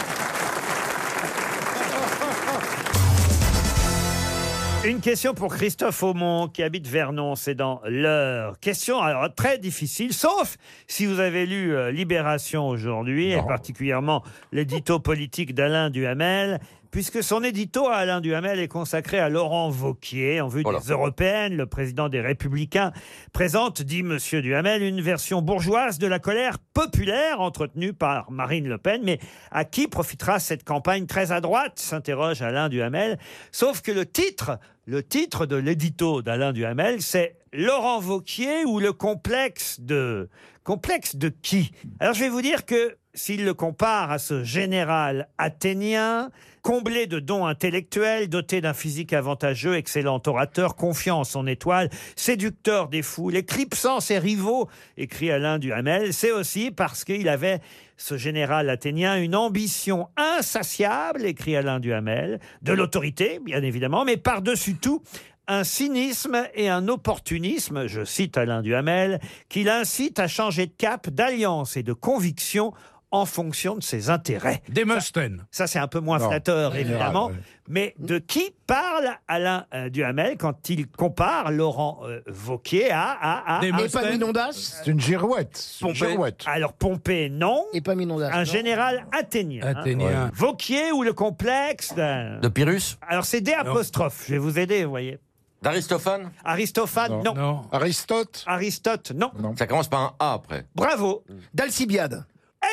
S6: Une question pour Christophe Aumont qui habite Vernon, c'est dans l'heure. Question alors très difficile, sauf si vous avez lu euh, Libération aujourd'hui, et particulièrement l'édito politique d'Alain Duhamel, puisque son édito à Alain Duhamel est consacré à Laurent Vauquier en vue des européennes. Le président des Républicains présente, dit Monsieur Duhamel, une version bourgeoise de la colère populaire entretenue par Marine Le Pen. Mais à qui profitera cette campagne très à droite s'interroge Alain Duhamel. Sauf que le titre le titre de l'édito d'Alain Duhamel, c'est Laurent Vauquier ou le complexe de. Complexe de qui Alors je vais vous dire que s'il le compare à ce général athénien, comblé de dons intellectuels, doté d'un physique avantageux, excellent orateur, confiant en son étoile, séducteur des foules, éclipsant ses rivaux, écrit Alain Duhamel, c'est aussi parce qu'il avait ce général athénien une ambition insatiable, écrit Alain Duhamel, de l'autorité, bien évidemment, mais par-dessus tout, un cynisme et un opportunisme, je cite Alain Duhamel, qui l'incite à changer de cap, d'alliance et de conviction en fonction de ses intérêts.
S11: Des Mustaine.
S6: Ça, c'est un peu moins
S11: Non,
S6: flatteur,
S11: général,
S6: évidemment.
S11: ouais.
S6: Mais de qui parle Alain euh, Duhamel quand il compare Laurent euh, Wauquiez à... à, à à-
S10: Épaminondas
S4: C'est une girouette. Une
S6: Pompée.
S4: girouette.
S6: Alors Pompée, non.
S10: Épaminondas.
S6: Un
S10: non.
S6: général athénien. hein.
S11: Athénien. Ouais.
S6: Vauquier ou le complexe d'un-
S7: De Pyrrhus
S6: Alors c'est des apostrophes. Je vais vous aider, vous voyez.
S7: D'Aristophane
S6: Aristophane, non.
S4: Aristote
S6: Aristote, non.
S7: Ça commence par un A après.
S6: Bravo.
S10: D'Alcibiade.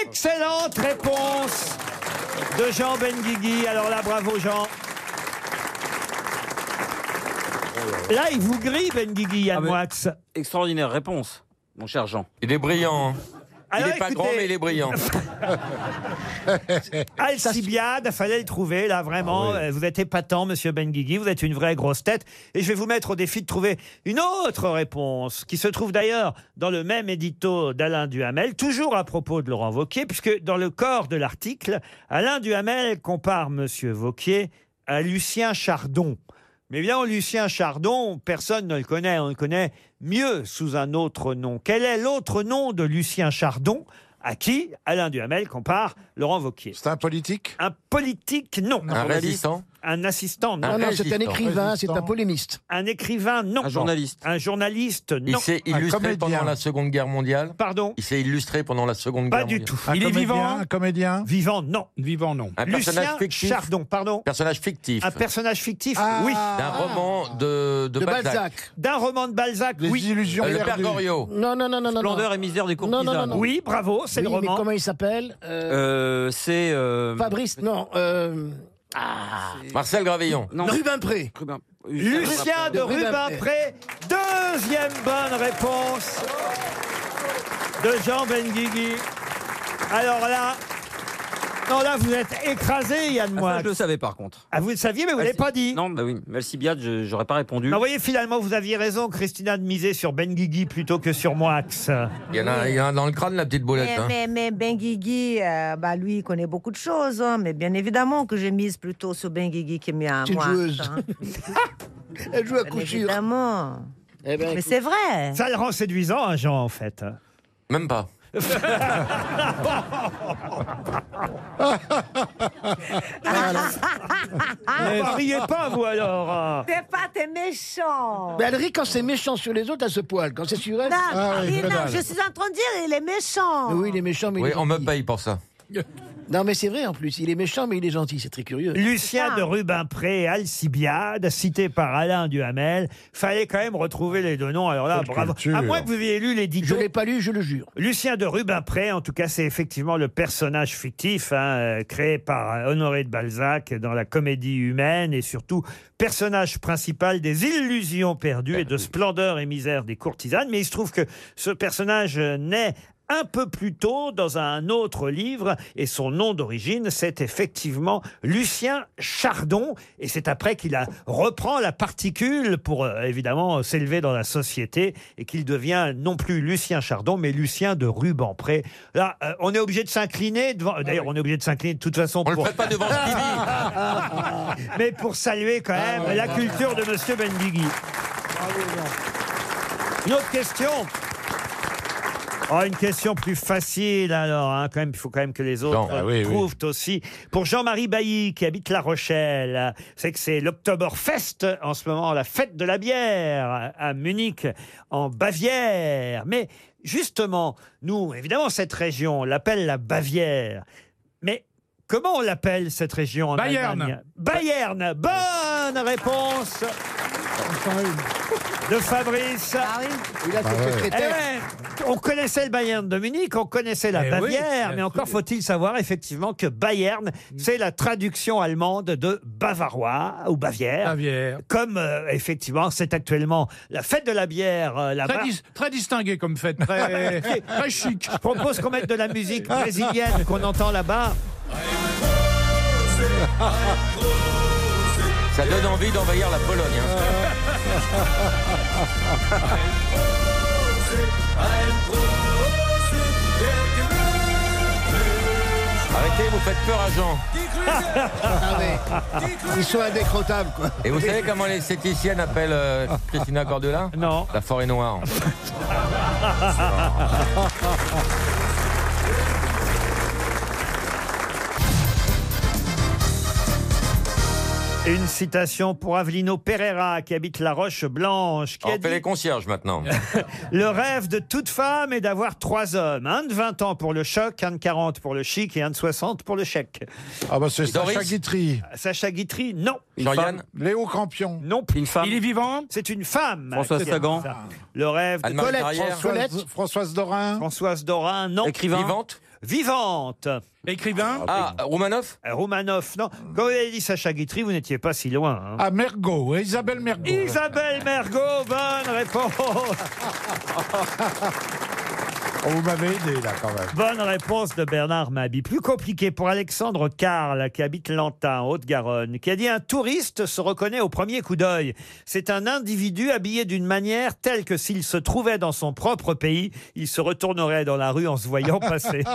S6: Excellente réponse de Jean Benguigui. Alors là, bravo Jean. Là, il vous grille, Benguigui, Yann Moix.
S9: Ah, Extraordinaire réponse, mon cher Jean.
S7: Il est brillant. hein.
S6: Alors,
S7: il est pas
S6: écoutez-
S7: grand, mais il est brillant.
S6: *laughs* Alcibiade, fallait le trouver, là, vraiment. Euh, Vous êtes épatant, monsieur Benguigui. Vous êtes une vraie grosse tête. Et je vais vous mettre au défi de trouver une autre réponse, qui se trouve d'ailleurs dans le même édito d'Alain Duhamel, toujours à propos de Laurent Vauquier, puisque dans le corps de l'article, Alain Duhamel compare monsieur Vauquier à Lucien Chardon. Mais évidemment, Lucien Chardon, personne ne le connaît. On le connaît mieux sous un autre nom. Quel est l'autre nom de Lucien Chardon à qui Alain Duhamel compare Laurent Vauquier C'est
S4: un politique
S6: Un politique, non.
S7: Un résistant
S6: Un assistant, non.
S10: Non, non, c'est un écrivain, c'est un polémiste.
S6: Un écrivain, non.
S7: Un journaliste.
S6: Un journaliste, non.
S7: Il s'est illustré pendant la Seconde Guerre mondiale
S6: Pardon
S7: Il s'est illustré pendant la Seconde
S6: Pas
S7: Guerre
S6: du
S7: mondiale.
S6: tout.
S4: Un comédien, Un comédien
S6: Vivant, non.
S11: Vivant, non.
S7: Un personnage
S6: Lucien
S7: fictif.
S6: Chardon, pardon.
S7: Personnage fictif.
S6: Un personnage fictif,
S10: Ah.
S6: oui.
S7: D'un roman de, de,
S6: D'un roman de Balzac, oui.
S7: Euh, le Père Goriot.
S10: Non, non, non, non, non.
S9: Splendeur
S10: non.
S9: et misère des
S10: Non,
S9: courtisanes.
S10: non, non, non.
S6: Oui, bravo, c'est le
S10: Oui,
S6: roman.
S10: Mais comment il s'appelle Euh,
S9: Euh, c'est. euh,
S10: Fabrice, non. euh, ah.
S7: Marcel Gravillon.
S9: non.
S10: Rubempré.
S9: Rubin-
S6: Lucien de Rubempré, deuxième bonne réponse de Jean Benguigui. Alors là, non là vous êtes écrasé Yann
S9: Ah, ça,
S6: Moix.
S9: je le savais par contre.
S6: *laughs* Ah, vous le saviez mais vous
S9: Ah,
S6: l'avez
S9: si.
S6: pas dit.
S9: Non, bah oui. Melcibiade, je- j'aurais pas répondu.
S6: Non, vous voyez, finalement, vous aviez raison, Christina, de miser sur Benguigui plutôt que sur Moix.
S7: Il y, en a, Ah, il y en a dans le crâne, la petite boulette.
S8: Mais,
S7: hein.
S8: mais, mais Benguigui, euh, bah, lui, il connaît beaucoup de choses, hein, mais bien évidemment que j'ai mise plutôt sur Benguigui qui est mis à
S10: C'est une
S8: moi.
S10: joueuse.
S8: hein.
S10: *laughs* Elle joue à
S8: Bien
S10: coup sûr.
S8: évidemment.
S10: Eh ben,
S8: Mais c'est vrai.
S6: Ça le rend séduisant, hein, Jean, en fait.
S7: Même pas.
S10: Ah.
S6: Ne riez pas, vous, alors. hein.
S8: T'es Ah, pas, t'es méchant.
S10: Mais elle rit quand c'est méchant sur les autres, elle se poil. Quand c'est sur elle.
S8: Non,
S10: Ben, Ah oui,
S8: il-
S10: que
S8: non,
S10: dalle.
S8: je suis en train de dire, il est méchant.
S10: Oui, il est méchant, mais
S7: Oui,
S10: il est
S7: on me
S10: gentil.
S7: paye pour ça.
S10: *laughs* Non, mais c'est vrai en plus. Il est
S6: *laughs*
S10: méchant, mais il est gentil. C'est très curieux.
S6: Lucien de Rubempré, Alcibiade, cité par Alain Duhamel. Fallait quand même retrouver les deux noms. Alors là,
S4: Quelle
S6: bravo.
S4: culture.
S6: À moins que vous ayez lu les
S10: Je
S6: ditos.
S10: l'ai pas lu, je le jure.
S6: Lucien de Rubempré, en tout cas, c'est effectivement le personnage fictif hein, euh, créé par euh, Honoré de Balzac dans la comédie humaine et surtout personnage principal des illusions perdues et de splendeur et misère des courtisanes. Mais il se trouve que ce personnage euh, naît un peu plus tôt dans un autre livre. Et son nom d'origine, c'est effectivement Lucien Chardon. Et c'est après qu'il a- reprend la particule pour euh, évidemment euh, s'élever dans la société et qu'il devient non plus Lucien Chardon, mais Lucien de Rubempré. Là, euh, on est obligé de s'incliner devant. D'ailleurs, on est obligé de s'incliner de toute façon. Ah On ne le fait pas *laughs* devant Mais pour saluer quand même la culture de Monsieur Bendigui. Une autre question. Oh, une question plus facile alors, hein, quand même, il faut quand même que les autres
S4: Ah oui, oui.
S6: trouvent aussi. Pour Jean-Marie Bailly qui habite La Rochelle, c'est que c'est l'Oktoberfest en ce moment, la fête de la bière à Munich, en Bavière. Mais justement, nous, évidemment, cette région, on l'appelle la Bavière. Mais comment on l'appelle cette région en
S11: Bayern.
S6: Allemagne Bayern. Bonne réponse de Fabrice.
S10: Ah Il a son
S6: Eh
S10: secrétaire.
S6: ouais, on connaissait le Bayern de Munich, on connaissait la
S10: Eh oui,
S6: Bavière, mais
S10: absolument.
S6: encore faut-il savoir effectivement que Bayern,
S11: Mm.
S6: c'est la traduction allemande de bavarois ou Bavière. Comme euh, effectivement, c'est actuellement la fête de la bière euh, là-bas.
S11: Très, dis- très distingué comme fête,
S6: *laughs*
S11: très, très chic.
S6: Je propose qu'on mette de la musique brésilienne qu'on entend là-bas.
S7: Ça donne envie d'envahir la Pologne. hein. Arrêtez, vous faites peur à Jean.
S10: Ah ouais. Ils sont indécrottables, quoi.
S7: Et vous savez comment les esthéticiennes appellent euh, Christina Cordula
S6: Non.
S7: La forêt noire.
S6: Ah, Une citation pour Avelino Pereira qui habite La Roche Blanche. Qui
S7: On
S6: a
S7: fait
S6: dit-
S7: les concierges maintenant.
S6: Le rêve de toute femme est d'avoir trois hommes. Un de 20 ans pour le choc, un de 40 pour le chic et un de 60 pour le chèque.
S4: Ah bah c'est
S6: Doris
S4: Sacha Guitry.
S6: Sacha Guitry, non.
S4: Une Jean-Yann femme Léo Campion.
S6: Non.
S9: Une femme.
S6: Il est vivant C'est une femme.
S9: Françoise
S6: qui a dit
S9: Sagan.
S6: ça. Le rêve de
S9: Anne-Marie
S6: Colette.
S9: Carrière.
S6: Françoise-
S4: Françoise, Françoise Dorin.
S6: Françoise Dorin, non.
S9: Écrivain. Vivante.
S6: Vivante.
S11: Écrivain.
S7: Ah, Roumanoff
S6: Roumanoff, non. Quand vous avez dit Sacha Guitry, vous n'étiez pas si loin. hein.
S4: Ah, Mergot, Isabelle Mergot.
S6: Isabelle Mergot, bonne réponse.
S4: Oh, vous m'avez aidé là quand même.
S6: Bonne réponse de Bernard Mabi. Plus compliqué pour Alexandre Carl, qui habite Lantin, en Haute-Garonne, qui a dit Un touriste se reconnaît au premier coup d'œil. C'est un individu habillé d'une manière telle que s'il se trouvait dans son propre pays, il se retournerait dans la rue en
S4: *laughs*
S6: se voyant passer.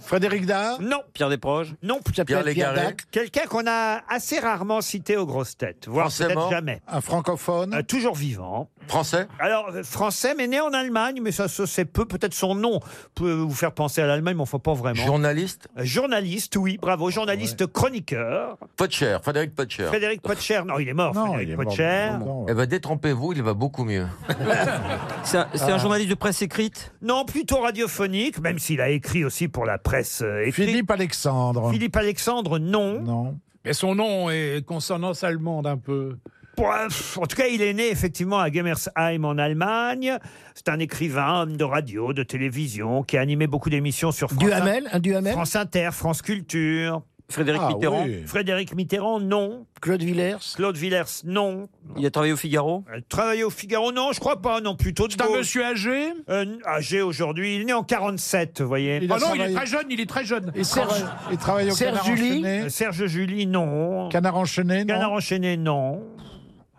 S4: Frédéric Dard
S6: Non.
S9: Pierre Desproges
S6: Non.
S4: Pierre Légaré. Pierre Dac.
S6: Quelqu'un qu'on a assez rarement cité aux grosses têtes, voire
S4: Français
S6: peut-être
S4: mort.
S6: jamais.
S4: Un francophone
S6: Euh, toujours vivant.
S7: Français
S6: Alors, euh, français, mais né en Allemagne, mais ça se sait peu. Peut-être son nom peut vous faire penser à l'Allemagne, mais enfin pas vraiment.
S7: Journaliste
S6: Euh, Journaliste, oui, bravo. Journaliste chroniqueur.
S7: Potcher, Frédéric Potcher.
S6: Frédéric Potcher, non, Ah, il est mort, Frédéric Potcher.
S7: Eh ben détrompez-vous, il va beaucoup mieux.
S9: C'est un, c'est un journaliste de presse écrite
S6: Euh, Non, plutôt radiophonique, même s'il a écrit aussi pour la presse euh, écrite.
S4: Philippe Alexandre.
S6: Philippe Alexandre, non.
S4: Non.
S11: Mais son nom est consonance allemande un peu.
S6: Bref, en tout cas, il est né effectivement à Gemmersheim en Allemagne. C'est un écrivain, homme de radio, de télévision, qui a animé beaucoup d'émissions sur France,
S10: Duhamel, un Duhamel.
S6: France Inter, France Culture.
S9: Frédéric
S4: Ah,
S9: Mitterrand
S4: oui.
S6: Frédéric Mitterrand, non.
S10: Claude Villers.
S6: Claude Villers, non.
S9: Il a travaillé au Figaro
S6: Euh, Travailler au Figaro, non, je crois pas, non, plutôt de
S11: C'est un
S6: gauche.
S11: monsieur âgé
S6: Euh, n- âgé aujourd'hui, il est né en 47, vous voyez. Ah
S4: Il
S11: Oh
S4: a
S11: non, il
S4: travaillé-
S11: est très jeune, il est très jeune.
S4: Et Serge, il travaille au
S10: Serge
S4: Canard
S10: Julie
S4: enchaîné.
S6: Euh, Serge Julie, non.
S4: Canard enchaîné, non
S6: Canard enchaîné, non.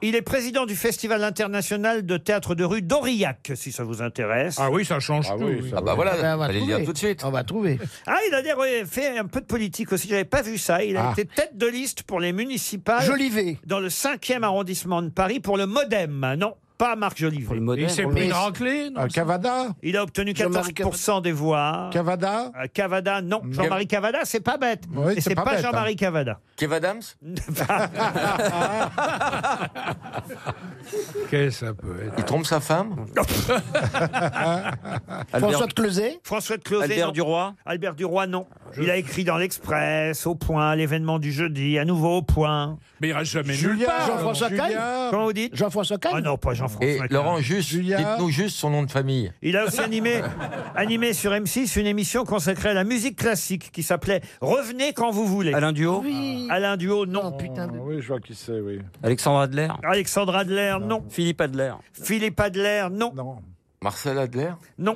S6: Il est président du Festival international de théâtre de rue d'Aurillac, si ça vous intéresse.
S11: Ah oui, ça change tout. oui.
S7: Ah bah
S10: Ah ben, on
S7: voilà,
S10: va
S7: allez le dire
S10: trouver.
S7: tout de suite.
S10: On va trouver.
S6: Ah, il a d'ailleurs euh, fait un peu de politique aussi, j'avais pas vu ça. Il a
S4: Ah.
S6: été tête de liste pour les municipales
S10: Jolivet.
S6: dans le 5e arrondissement de Paris pour le MoDem. Non, pas Marc Jolivet.
S11: Et il s'est pris une raclée non
S4: Euh, Cavada
S6: Il a obtenu
S10: Jean-Marie Mm.
S6: 14% des voix.
S4: Cavada
S6: Euh, Cavada, non. Jean-Marie Cavada, c'est pas bête.
S4: Oui,
S6: Et
S4: c'est
S6: c'est pas,
S4: pas
S10: hein.
S4: bête,
S6: Jean-Marie Cavada.
S7: Kev
S6: *laughs*
S7: Adams
S11: Qu'est-ce que ça peut être
S7: Il trompe sa femme
S10: François de Cleuset.
S6: François de Closet,
S9: Albert
S6: non.
S9: Duroy
S6: Albert Duroy, non. Il a écrit dans l'Express, au point, l'événement du jeudi, à nouveau au point.
S11: Mais il reste jamais nulle
S4: Julien
S11: part.
S10: Jean-François
S4: Julien,
S6: Comment vous dites
S10: Jean-François Kahn.
S6: Ah non, pas Jean-François.
S7: Et
S6: Kahn.
S7: Laurent, juste,
S4: Julia.
S7: dites-nous juste son nom de famille.
S6: Il a aussi animé, animé sur M6 une émission consacrée à la musique classique qui s'appelait Revenez quand vous voulez.
S9: Alain Duo
S10: Oui.
S6: Alain Duo, non.
S10: Oh, putain de-
S4: Oui, je vois qui c'est, oui.
S9: Alexandre Adler
S6: Alexandre Adler, non.
S9: Philippe Adler
S6: Philippe Adler, non.
S4: Non.
S7: Marcel Adler
S6: Non.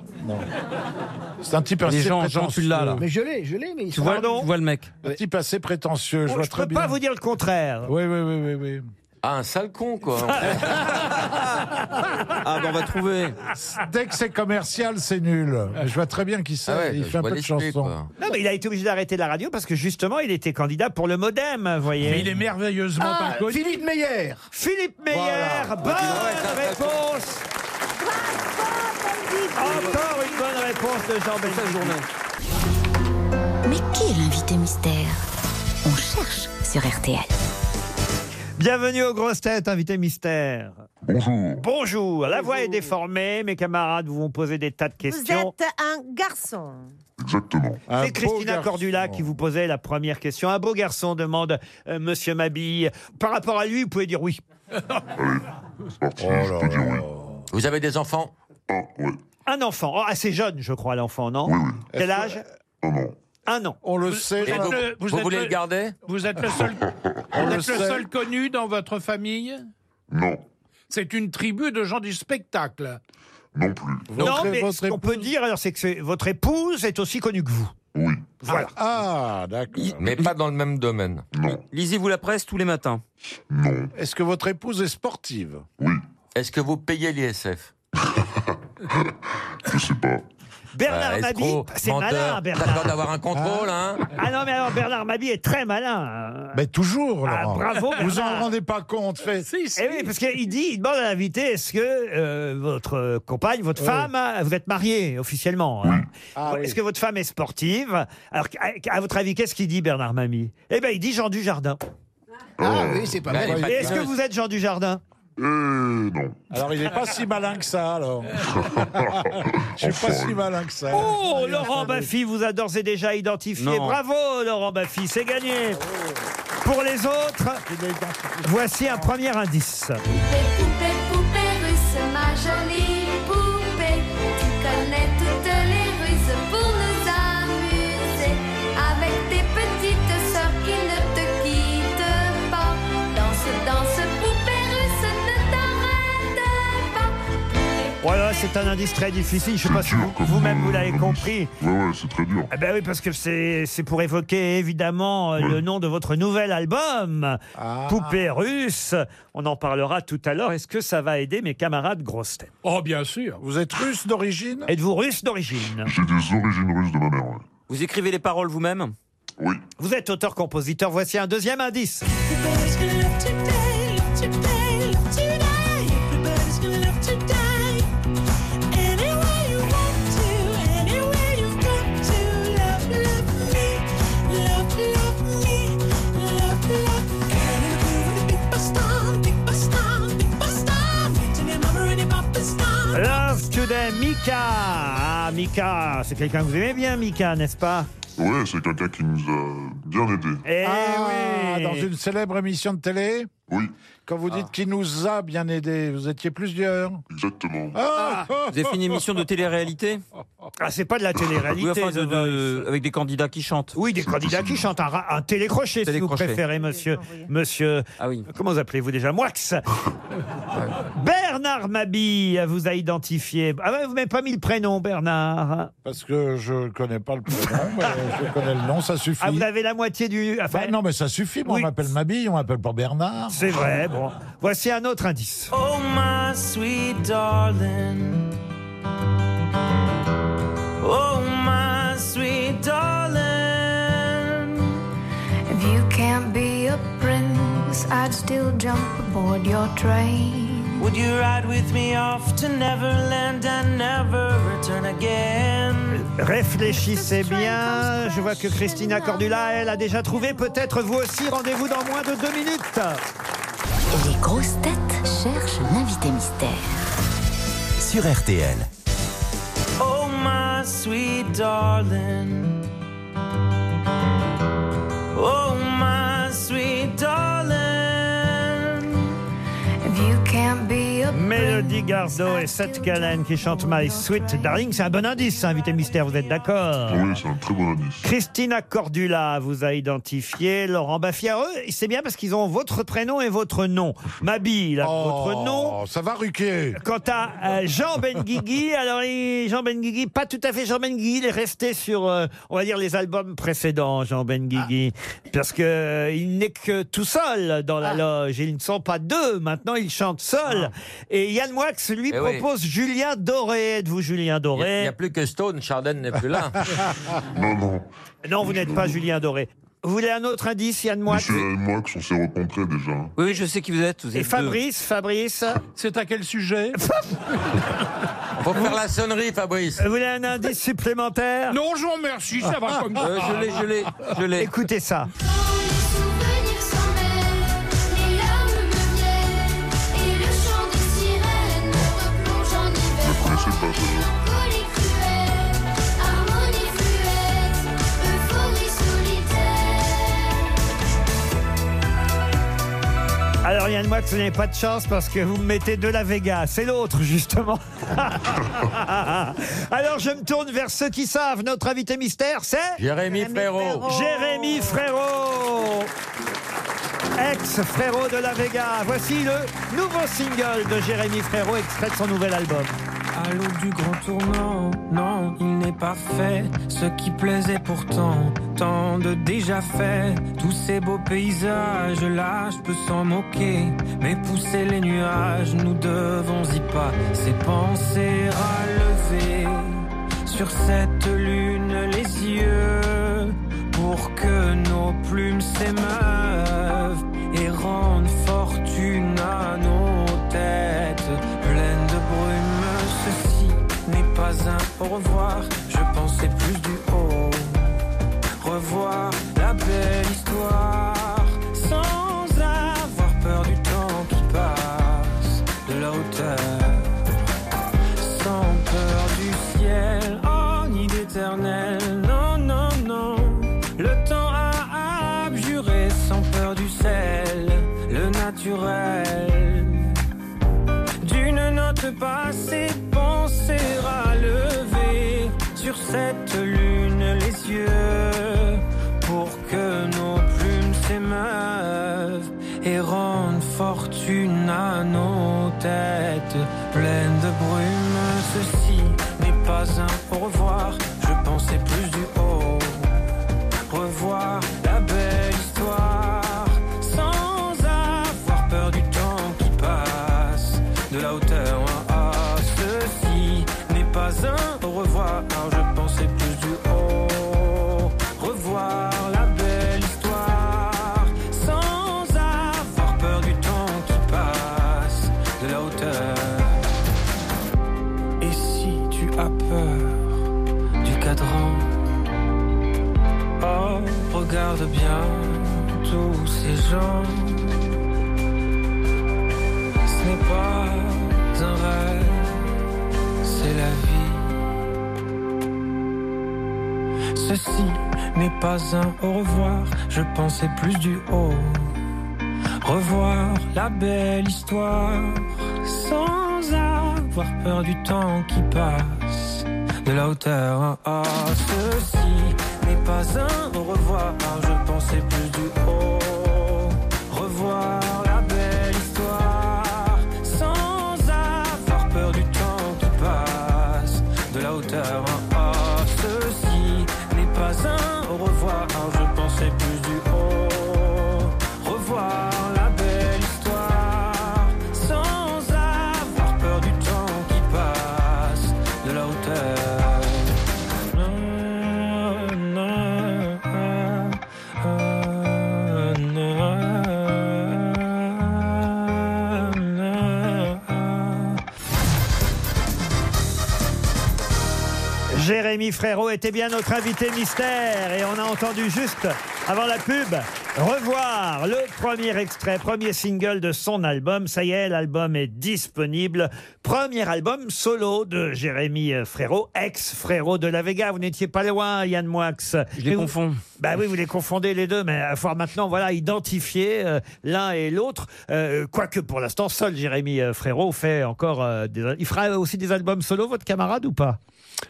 S4: C'est un type assez prétentieux.
S10: Mais je l'ai, je l'ai, mais il
S4: Tu
S10: s'en
S4: vois,
S10: rend-
S4: non
S10: il-
S4: Tu vois le mec Un type assez prétentieux, je
S6: Oh,
S4: vois très bien.
S6: dire le contraire.
S4: Oui, oui, oui, oui. oui.
S7: Ah, un sale con, quoi.
S4: Ah,
S9: ben on va trouver.
S4: Dès que c'est commercial, c'est nul. Je vois très bien qui c'est.
S6: Ah ouais,
S4: il
S6: je
S4: fait un
S6: vois
S4: peu de
S6: l'esprit,
S4: chansons.
S6: quoi. Non, mais il a été obligé d'arrêter la radio parce que justement, il était candidat pour le Modem, vous voyez.
S11: Mais il est merveilleusement
S10: Ah,
S11: inconnu.
S10: Philippe Meyer.
S6: Philippe Meyer, bonne réponse Encore une bonne réponse de Jean Benoît.
S2: Mais qui est l'invité mystère On cherche sur RTL.
S6: Bienvenue aux grosses têtes, invité mystère. Bonjour. Bonjour. La voix est déformée, mes camarades vous vont poser des tas de
S8: Vous
S6: questions.
S8: êtes un garçon.
S6: C'est Christina Cordula qui vous posait la première question. Un beau garçon demande euh, Monsieur Mabille. Par rapport à lui, vous pouvez
S11: *laughs*
S6: dire oui.
S7: Vous avez des enfants
S6: Un enfant. Oh, assez jeune, je crois, l'enfant, non Quel âge Un an.
S4: On le sait.
S11: Vous êtes le- vous êtes le- Vous êtes le
S4: *laughs*
S11: seul, vous
S4: le
S11: êtes le
S4: sait.
S11: seul connu dans votre famille Non. C'est une tribu de gens du spectacle.
S6: Non, mais ce qu'on peut dire, alors, c'est que c'est- votre épouse est aussi connue que vous.
S7: Voilà.
S4: Ah, d'accord.
S7: Mais pas dans le même domaine. Non.
S9: Lisez-vous la presse tous les matins.
S4: Est-ce que votre épouse est sportive
S7: Est-ce que vous payez l'ISF
S6: Bernard
S7: Ouais,
S6: Mabie,
S7: Ah, Bah, escroc,
S6: c'est
S7: menteur.
S6: malin, Bernard.
S7: D'accord d'avoir un contrôle, hein
S6: Ah non, mais alors Bernard Mabie est très malin. hein.
S4: Mais toujours,
S6: Ah,
S4: Laurent.
S6: bravo,
S4: Vous en
S6: Bernard.
S4: rendez pas compte. Fait...
S6: Eh oui, parce qu'il dit, il demande à l'invité, est-ce que euh, votre euh, compagne, votre femme, euh, vous êtes mariée officiellement hein Est-ce que votre femme est sportive Alors, à, à votre avis, qu'est-ce qu'il dit Bernard Mamie Eh bien, il dit Jean Dujardin.
S10: Ah oui, c'est pas
S6: Et
S10: mal.
S6: est-ce que vous êtes Jean Dujardin
S17: Euh,
S4: non. Alors, il n'est pas si malin que
S17: *laughs*
S4: ça, alors. Je suis pas si malin que ça.
S6: Oh, Laurent Baffy vous a d'ores et déjà identifié.
S4: Non.
S6: Bravo, Laurent Baffy, c'est gagné. Pour les autres, voici un premier indice.
S13: Poupée, poupée russe, ma jolie poupée, tu connais toutes les ruses pour nous amuser. Avec tes petites soeurs qui ne te quittent pas. Danse, danse, poupée russe, ne t'arrête pas.
S6: Voilà, c'est un indice très difficile. Je ne sais pas si vous- vous-même vous, l'avez compris.
S17: hein. Ouais, ouais, c'est très dur.
S6: Eh ben oui, parce que c'est c'est pour évoquer évidemment euh, le nom de votre nouvel album,
S9: Ah.
S6: Poupée russe. On en parlera tout à l'heure. Est-ce que ça va aider mes camarades grosses têtes
S11: Oh, bien sûr.
S4: Vous êtes russe d'origine
S6: Êtes-vous russe d'origine
S17: J'ai des origines russes de ma mère. ouais.
S9: Vous écrivez les paroles vous-même
S6: Vous êtes auteur-compositeur. Voici un deuxième indice.
S13: Everybody's gonna love today, love today, love today. Everybody's gonna love today. Any way you want to, any way you've got to. Love, love me, love, love me, love, love. Gonna be with a big bastard, big bastard, big bastard. Meeting your mama and your papa star.
S6: Love Today, Mika. Ah, Mika, c'est quelqu'un que vous aimez bien, Mika, n'est-ce pas
S17: Ouais, c'est quelqu'un qui nous a bien aidés.
S6: Eh
S4: Ah,
S6: oui.
S4: Dans une célèbre émission de télé
S17: Oui.
S4: Quand vous dites qui nous a bien aidés, vous étiez plusieurs.
S17: Exactement.
S4: Ah
S9: Vous avez fait une émission de télé-réalité
S6: Ah, c'est pas de la télé-réalité,
S9: Oui, enfin, de-
S6: The
S9: de- avec des candidats qui chantent.
S6: Oui, des candidats qui chantent un, ra- un télécrochet, si vous
S9: Télécrochet.
S6: préférez, monsieur. monsieur Comment vous appelez-vous déjà Moix Bernard Mabille vous a identifié. Ah ouais, vous m'avez pas mis le prénom, Bernard.
S4: Parce que je ne connais pas le prénom, mais je connais le nom, ça suffit.
S6: Ah, vous avez la moitié du. Ah, enfin,
S4: Bah non, mais ça suffit. Moi,
S6: Oui.
S4: on m'appelle Mabille, on m'appelle pas Bernard.
S6: C'est vrai, bon. Voici un autre indice.
S18: Oh, my sweet darling. Oh, my sweet darling.
S13: If you can't be a prince, I'd still jump aboard your train.
S18: Would you ride with me off to Neverland and never return again?
S6: Réfléchissez bien. Je vois que Christina Cordula, elle, a déjà trouvé. Peut-être vous aussi. Rendez-vous dans moins de deux minutes.
S2: Les grosses têtes cherchent l'invité mystère.
S5: Sur RTL.
S18: Oh, my sweet darling. Oh, my sweet darling.
S13: If you can't be a
S6: Mais le Elodie Gardot et Seth Callen qui chantent My Sweet Darling. C'est un bon indice, ça, invité mystère, vous êtes d'accord
S17: Oui, c'est un très bon indice.
S6: Christina Cordula vous a identifié, Laurent Baffia, eux, c'est bien parce qu'ils ont votre prénom et votre nom. Mabi, il a votre nom.
S4: Oh, Ça va, Ruquier
S6: Quant à euh,
S4: *laughs*
S6: Jean Benguigui, alors il- Jean Benguigui, pas tout à fait Jean Benguigui, il est resté sur, euh, on va dire, les albums précédents, Jean Benguigui,
S4: Ah.
S6: parce que euh, il n'est que tout seul dans la loge, ils ne sont pas deux, maintenant il chante seul.
S4: Ah.
S6: Et Yann Moix lui
S7: Eh oui.
S6: propose Julien Doré, êtes-vous Julien
S7: Il
S6: Doré
S7: n'y a plus que Stone, Charden n'est plus
S6: *laughs*
S7: là.
S6: Non, vous n'êtes pas Julien Doré. Vous voulez un autre indice, Yann Moix
S17: Monsieur et moi, qu'on s'est rencontrés déjà.
S9: Oui, oui, je sais qui vous êtes. Vous
S6: Et
S9: êtes
S6: Fabrice, Fabrice
S11: C'est à quel *laughs* sujet
S7: Faut faire la sonnerie, Fabrice.
S6: Vous voulez un indice supplémentaire
S11: Non, je vous remercie, ça va comme ça.
S7: Euh, je l'ai, je l'ai, je l'ai.
S6: Écoutez ça.
S13: Souvenirs s'en mêlent, les larmes me viennent, et le chant des sirènes me replonge en hiver.
S17: Je connaissais pas ça.
S13: Folie cruelle, harmonie fluette, euphorie solitaire.
S6: Alors Yann Moix, vous n'avez pas de chance parce que vous me mettez de la Vega. C'est l'autre, justement. *laughs* Alors je me tourne vers ceux qui savent. Notre invité mystère, c'est
S7: Jérémy Frérot.
S6: Jérémy Frérot. Ex-frérot de la Vega. Voici le nouveau single de Jérémy Frérot, extrait de son nouvel album.
S18: À l'aube du grand tournant, non, il n'est pas fait ce qui plaisait pourtant. Tant de déjà fait, tous ces beaux paysages là, je peux s'en moquer, mais pousser les nuages, nous devons y pas. Ces pensées à lever sur cette lune les yeux pour que nos plumes s'émeuvent et rendent fortune à nos têtes pleines de brume. Ceci n'est pas un au revoir, je pensais plus du haut. Revoir la belle histoire sans avoir peur du temps qui passe de la hauteur sans peur du ciel, oh ni d'éternel, non, non, non. Le temps a abjuré sans peur du sel, le naturel. D'une note passée, penser à lever sur cette lune les yeux pour que nos plumes s'émeuvent et rendent fortune à nos têtes pleines de brume. Ceci n'est pas un au revoir, je pensais plus du haut. Revoir la belle histoire sans avoir peur du temps qui passe de la hauteur. Ah, ah, ceci n'est pas un au revoir, je pensais plus du haut. Revoir la belle histoire sans avoir peur du temps qui passe de la hauteur. Et si tu as peur du cadran, oh, regarde bien tous ces gens. Ce n'est pas un rêve, c'est la vie. Ceci n'est pas un au revoir, je pensais plus du haut. Revoir la belle histoire sans avoir peur du temps qui passe de la
S6: hein.
S18: hauteur. Ah, ceci n'est pas un au revoir, je pensais plus du haut. Revoir la belle histoire sans avoir peur du temps qui passe de la hauteur. Ah, ceci n'est pas un au revoir, je pensais plus du haut. Revoir la belle histoire sans avoir peur du temps qui passe de la hauteur. Non, non, ah, ah, non, non, ah.
S6: Jérémy Frérot était bien notre invité mystère et on a entendu juste avant la pub Revoir le premier extrait, premier single de son album. Ça y est, l'album est disponible. Premier album solo de Jérémy euh, Frérot, ex-Frérot de la Vega. Vous n'étiez pas loin, Yann Moix. Je
S9: les confonds.
S6: Bah oui, vous les confondez les deux, mais à falloir maintenant voilà, identifier euh, l'un et l'autre. Euh, Quoique pour l'instant, seul Jérémy euh, Frérot fait encore. euh, des... Il fera aussi des albums solo, votre camarade, ou pas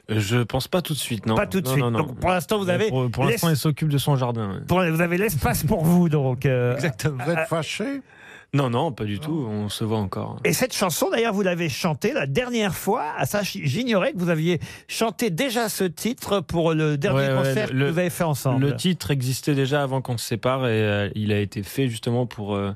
S19: Euh, Je pense pas tout de suite, non.
S6: Pas tout de
S19: Non,
S6: suite.
S19: non, non.
S6: Donc pour l'instant, vous
S19: Mais
S6: avez.
S19: Pour, pour
S6: l'es-
S19: l'instant, il s'occupe de son jardin. ouais.
S6: pour- vous avez l'espace pour vous, donc. euh,
S19: Exactement.
S6: Vous êtes
S19: fâché Non, non, pas du tout. On se voit encore.
S6: Et cette chanson, d'ailleurs, vous l'avez chantée la dernière fois. Ah, ça, j'ignorais que vous aviez chanté déjà ce titre pour le dernier
S19: Ouais, ouais,
S6: concert
S19: le-
S6: que vous avez fait ensemble.
S19: Le titre existait déjà avant qu'on se sépare et euh, il a été fait justement pour euh,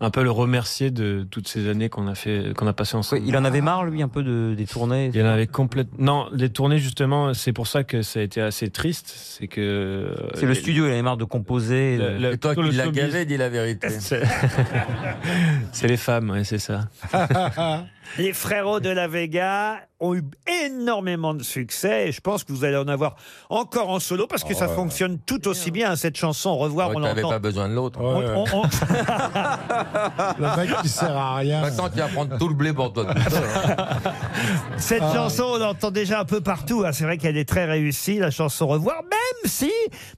S19: un peu le remercier de toutes ces années qu'on a fait, qu'on a passé ensemble.
S9: il en avait marre, lui, un peu de- des tournées.
S19: Il en avait complètement. Non, les tournées justement, c'est pour ça que ça a été assez triste. C'est que. euh,
S9: C'est le studio, il avait marre de composer. euh,
S19: Le- le-
S9: de-
S19: Et toi plutôt qui le l'as showbiz. gavé,
S7: dis la vérité.
S19: *laughs* C'est c'est les femmes, ouais, c'est ça.
S6: *laughs* Les frérots de la Vega ont eu énormément de succès et je pense que vous allez en avoir encore en solo parce que
S19: Oh,
S6: ça
S7: ouais.
S6: fonctionne tout aussi bien cette chanson. Revoir, on
S7: Ouais, T'avais
S6: l'entend.
S7: pas besoin de l'autre.
S6: On-
S7: *laughs*
S6: on- on-
S7: Le mec qui sert à rien. Maintenant, tu vas prendre tout hein. le blé pour toi.
S6: Cette
S7: Ah.
S6: chanson, on l'entend déjà un peu partout. hein. C'est vrai qu'elle est très réussie, la chanson Revoir, même si,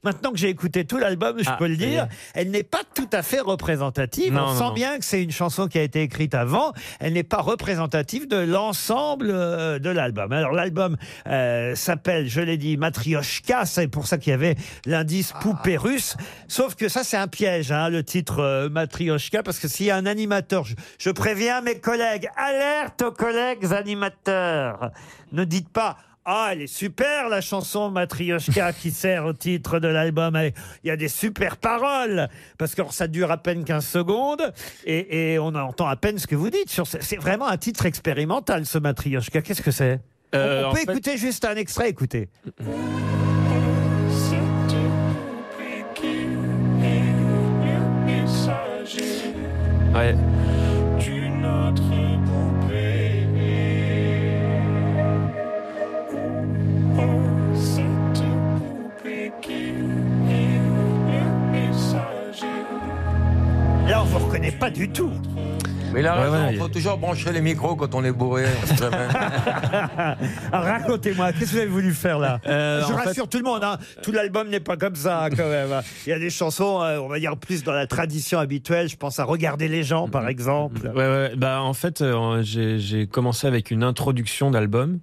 S6: maintenant que j'ai écouté tout l'album, je
S19: Ah,
S6: peux le
S19: ça y
S6: dire,
S19: est.
S6: elle n'est pas tout à fait représentative.
S19: Non,
S6: on
S19: non,
S6: sent
S19: non.
S6: bien que c'est une chanson qui a été écrite avant. Elle n'est pas représentative de l'ensemble euh, de l'album. Alors, l'album euh, s'appelle, je l'ai dit, Matrioshka. C'est pour ça qu'il y avait l'indice poupée russe. Sauf que ça, c'est un piège, hein, le titre euh, Matrioshka, parce que s'il y a un animateur, je, je préviens mes collègues, alerte aux collègues animateurs. Ne dites pas. Ah, elle est super la chanson Matrioshka qui sert au titre de l'album. Elle- Il y a des super paroles parce que ça dure à peine 15 secondes et, et on entend à peine ce que vous dites. sur ce- C'est vraiment un titre expérimental ce Matrioshka. Qu'est-ce que c'est On-
S19: Euh,
S6: On,
S19: en
S6: peut
S19: fait-
S6: écouter juste un extrait, écoutez.
S19: Ouais.
S6: Là, on vous reconnaît pas du tout.
S7: Mais là,
S6: Ouais, ouais,
S7: il faut toujours brancher les micros quand on est bourré. on sait
S6: *laughs*
S7: jamais.
S6: Ah, Racontez-moi, qu'est-ce que vous avez voulu faire là
S19: Euh,
S6: Je
S19: en fait-
S6: rassure tout le monde, hein, tout l'album n'est pas comme ça hein, quand même. hein. Il y a des chansons, euh, on va dire plus dans la tradition habituelle, je pense à Regarder les gens
S19: Mhm,
S6: par exemple.
S19: Ouais, ouais. Bah, en fait, euh, j'ai j'ai commencé avec une introduction d'album.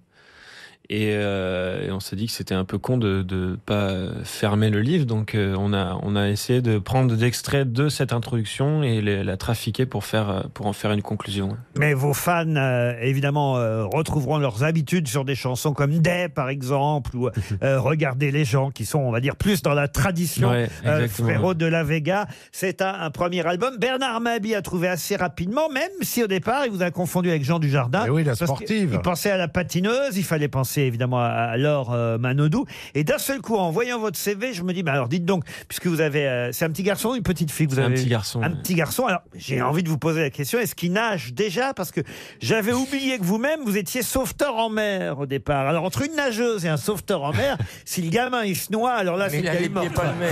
S19: Et, euh, et on s'est dit que c'était un peu con de ne pas fermer le livre. Donc, euh, on, a, on a essayé de prendre des extraits de cette introduction et les- la trafiquer pour, faire, euh, pour en faire une conclusion.
S6: Mais vos fans, euh, évidemment, euh, retrouveront leurs habitudes sur des chansons comme Day, par exemple, ou
S19: *laughs*
S6: euh, Regardez les gens, qui sont, on va dire, plus dans la tradition
S19: Ouais,
S6: euh,
S19: exactement,
S6: frérot de la Vega. C'est un, un premier album. Bernard Mabi a trouvé assez rapidement, même si au départ, il vous a confondu avec Jean Dujardin.
S4: Eh oui, la
S6: parce que
S4: sportive.
S6: Il pensait à la patineuse, il fallait penser évidemment à, à Laure euh, Manodou. Et d'un seul coup, en voyant votre CV, je me dis, bah alors dites donc, puisque vous avez... euh, c'est un petit garçon ou une petite fille que vous
S19: C'est un
S6: avez
S19: petit
S6: eu
S19: garçon,
S6: Un
S19: ouais.
S6: petit garçon. Alors, j'ai envie de vous poser la question est-ce qu'il nage déjà Parce que j'avais oublié que vous-même, vous étiez sauveteur en mer au départ. Alors, entre une nageuse et un sauveteur en mer, *laughs* si le gamin il se noie, alors là,
S7: Mais
S6: c'est
S7: il a
S6: qu'il
S7: les
S6: est mort.
S7: pieds palmés.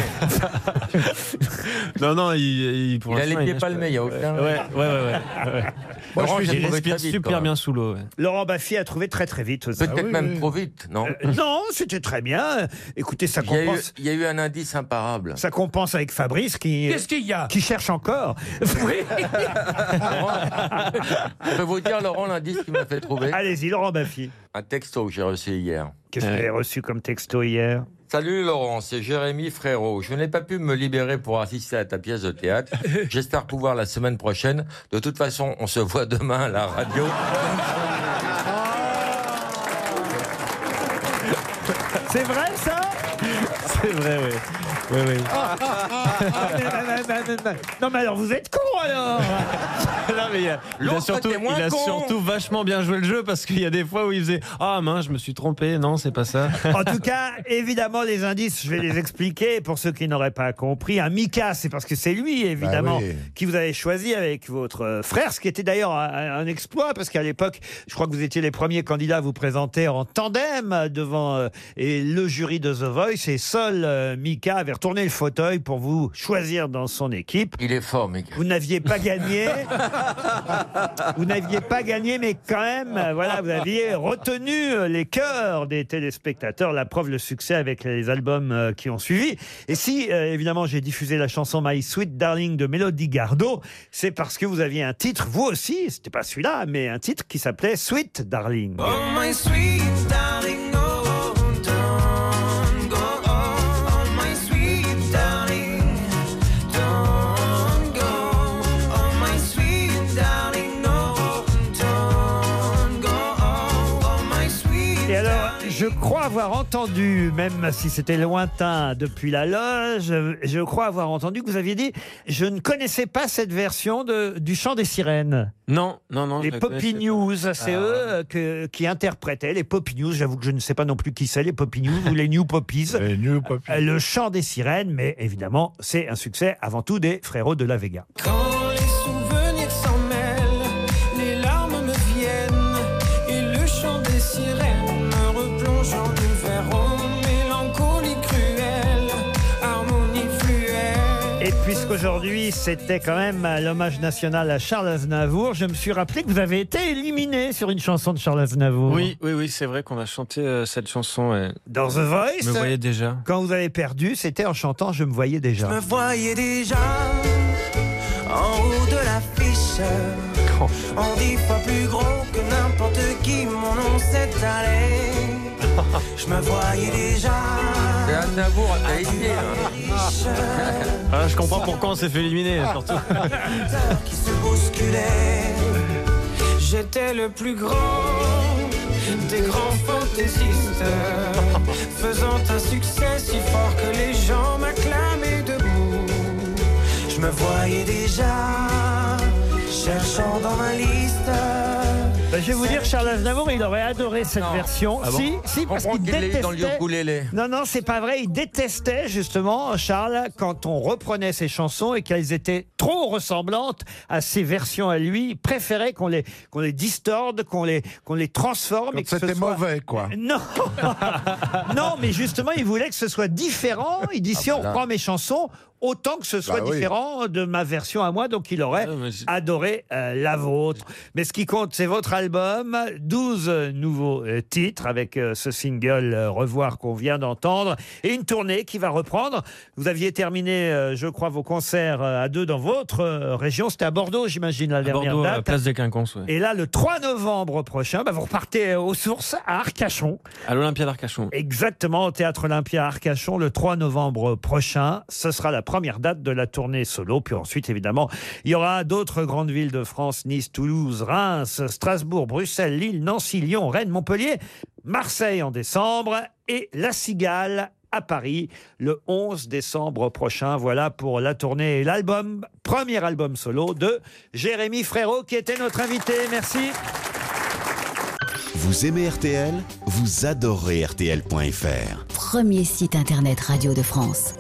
S19: Non, non, il, il, pour
S7: Il a
S19: l'instant,
S7: les pieds
S19: nage
S7: palmés,
S19: pas.
S7: il y a aucun-
S19: Ouais, ouais, ouais. ouais, ouais.
S7: Moi, je suis-
S19: il respire
S7: très vite, quand
S19: super
S7: même.
S19: bien sous l'eau. ouais.
S6: Laurent Baffy a trouvé très très vite. aussi.
S7: Peut-être même trop vite, non
S6: Euh, non, c'était très bien. Écoutez, ça
S7: Il y, a eu,
S6: compense.
S7: il y a eu un indice imparable.
S6: Ça compense avec Fabrice qui.
S7: Qu'est-ce
S6: qu'il y a Qui cherche encore. *laughs*
S7: Je peux vous dire, Laurent, l'indice qui m'a fait trouver
S6: Allez-y, Laurent Baffy.
S7: Un texto que j'ai reçu hier. Euh,
S6: Qu'est-ce que vous avez reçu comme texto hier
S7: Salut Laurent, c'est Jérémy Frérot. Je n'ai pas pu me libérer pour assister à ta pièce de
S6: *laughs*
S7: théâtre. J'espère pouvoir la semaine prochaine. De toute façon, on se voit demain à la radio.
S6: C'est vrai ça
S19: *laughs* C'est vrai, oui. Ouais, ouais.
S6: Ah, ah, ah, ah, ah, ah, ah, ah, ah, ah, ah. Non mais alors vous êtes con *laughs* alors
S19: Non, mais il a, il a
S6: euh, L'autre
S19: surtout,
S6: était moins
S19: il a
S6: con.
S19: surtout vachement bien joué le jeu parce qu'il y a des fois où il faisait Ah, mince, je me suis trompé, non, c'est pas
S6: *laughs*
S19: ça.
S6: En tout cas, évidemment, les indices, je vais les expliquer pour ceux qui n'auraient pas compris. Un Mika, c'est parce que c'est lui, évidemment,
S19: oui.
S6: qui vous avez choisi avec votre euh, frère, ce qui était d'ailleurs un, un exploit, parce qu'à l'époque, je crois que vous étiez les premiers candidats à vous présenter en tandem devant euh, et le jury de The Voice, et seul euh, Mika avait retourné le fauteuil pour vous choisir dans son équipe.
S7: Il est fort, Mika.
S6: Vous n'aviez
S7: *laughs*
S6: pas gagné. vous n'aviez pas gagné, mais quand même, euh, voilà, vous aviez retenu euh, les cœurs des téléspectateurs. La preuve, le succès avec les albums euh, qui ont suivi. Et si, euh, évidemment, j'ai diffusé la chanson My Sweet Darling de Mélodie Gardot, c'est parce que vous aviez un titre, vous aussi, c'était pas celui-là, mais un titre qui s'appelait Sweet Darling.
S13: Oh, my sweet darling, no, don't go. Oh, my sweet darling, don't go. Oh, my sweet darling, no, don't go. Oh, my sweet
S6: Et alors, je crois avoir entendu, même si c'était lointain depuis la loge, je- je crois avoir entendu que vous aviez dit je ne connaissais pas cette version de, du chant des sirènes.
S19: Non, non, non.
S6: Les
S19: je la
S6: Poppy
S19: connaissais
S6: News,
S19: pas.
S6: c'est
S19: Ah.
S6: eux euh, que- qui interprétaient les Poppy News. J'avoue que je ne sais pas non plus qui c'est, les Poppy News ou *laughs* les New Poppies. Euh, Le chant des sirènes, mais évidemment, c'est un succès avant tout des frérots de la Vega.
S13: Quand les souvenirs s'en mêlent, les larmes me viennent et le chant des sirènes me replonge en univers oh, mélancolie cruelle, harmonie fluelle.
S6: Et puisqu'aujourd'hui, c'était quand même euh, l'hommage national à Charles Aznavour, je me suis rappelé que vous avez été éliminé sur une chanson de Charles Aznavour.
S19: Oui, oui, oui, c'est vrai qu'on a chanté euh, cette chanson. ouais.
S6: Dans The Voice.
S19: Je me voyais déjà.
S6: Quand vous avez perdu, c'était en chantant Je me voyais déjà.
S13: Me voyais déjà en haut de l'affiche, en dix fois plus gros que n'importe qui, mon nom s'est allé. Je me voyais déjà.
S7: C'est Aznavour à qualifier, hein.
S19: Ah, je comprends pourquoi on s'est fait éliminer,
S6: *laughs*
S19: surtout.
S13: Ah. *laughs* qui se bousculait. J'étais le plus grand des grands fantaisistes, faisant un succès si fort que les gens m'acclamaient debout. Je me voyais déjà cherchant dans ma liste.
S6: Bah, je vais vous dire, Charles Aznavour, il aurait adoré cette version.
S7: Ah bon
S6: si, si,
S7: Je
S6: parce
S7: comprends
S6: qu'il
S7: qu'il l'ait eu
S6: détestait.
S7: dans le ukulélé.
S6: Non, non, c'est pas vrai. Il détestait justement Charles quand on reprenait ses chansons et qu'elles étaient trop ressemblantes à ses versions à lui. Il préférait qu'on les qu'on les distorde, qu'on les qu'on les transforme. et que ce
S4: C'était
S6: soit-
S4: mauvais, quoi.
S6: *laughs* Non, non, mais justement, il voulait que ce soit différent. Il
S7: Ah,
S6: dit si on reprend mes chansons, autant que ce soit
S19: Bah oui.
S6: différent de ma version à moi. Donc il aurait adoré euh, la vôtre. Mais ce qui compte, c'est votre album. 12 nouveaux euh, titres avec euh, ce single euh, Revoir qu'on vient d'entendre et une tournée qui va reprendre. Vous aviez terminé, euh, je crois, vos concerts euh, à deux dans votre euh, région. C'était à Bordeaux, j'imagine, la dernière
S19: Bordeaux, à
S6: date.
S19: Place des Quinconces, ouais.
S6: Et là, le 3 novembre prochain, bah, vous repartez aux sources à Arcachon.
S19: À l'Olympia d'Arcachon.
S6: Exactement, au Théâtre Olympia à Arcachon, le 3 novembre prochain. Ce sera la première date de la tournée solo. Puis ensuite, évidemment, il y aura d'autres grandes villes de France, Nice, Toulouse, Reims, Strasbourg, Bruxelles, Lille, Nancy, Lyon, Rennes, Montpellier, Marseille en décembre et La Cigale à Paris le 11 décembre prochain. Voilà pour la tournée et l'album, premier album solo de Jérémy Frérot qui était notre invité. Merci.
S5: Vous aimez RTL Vous adorez RTL.fr.
S2: Premier site internet radio de France.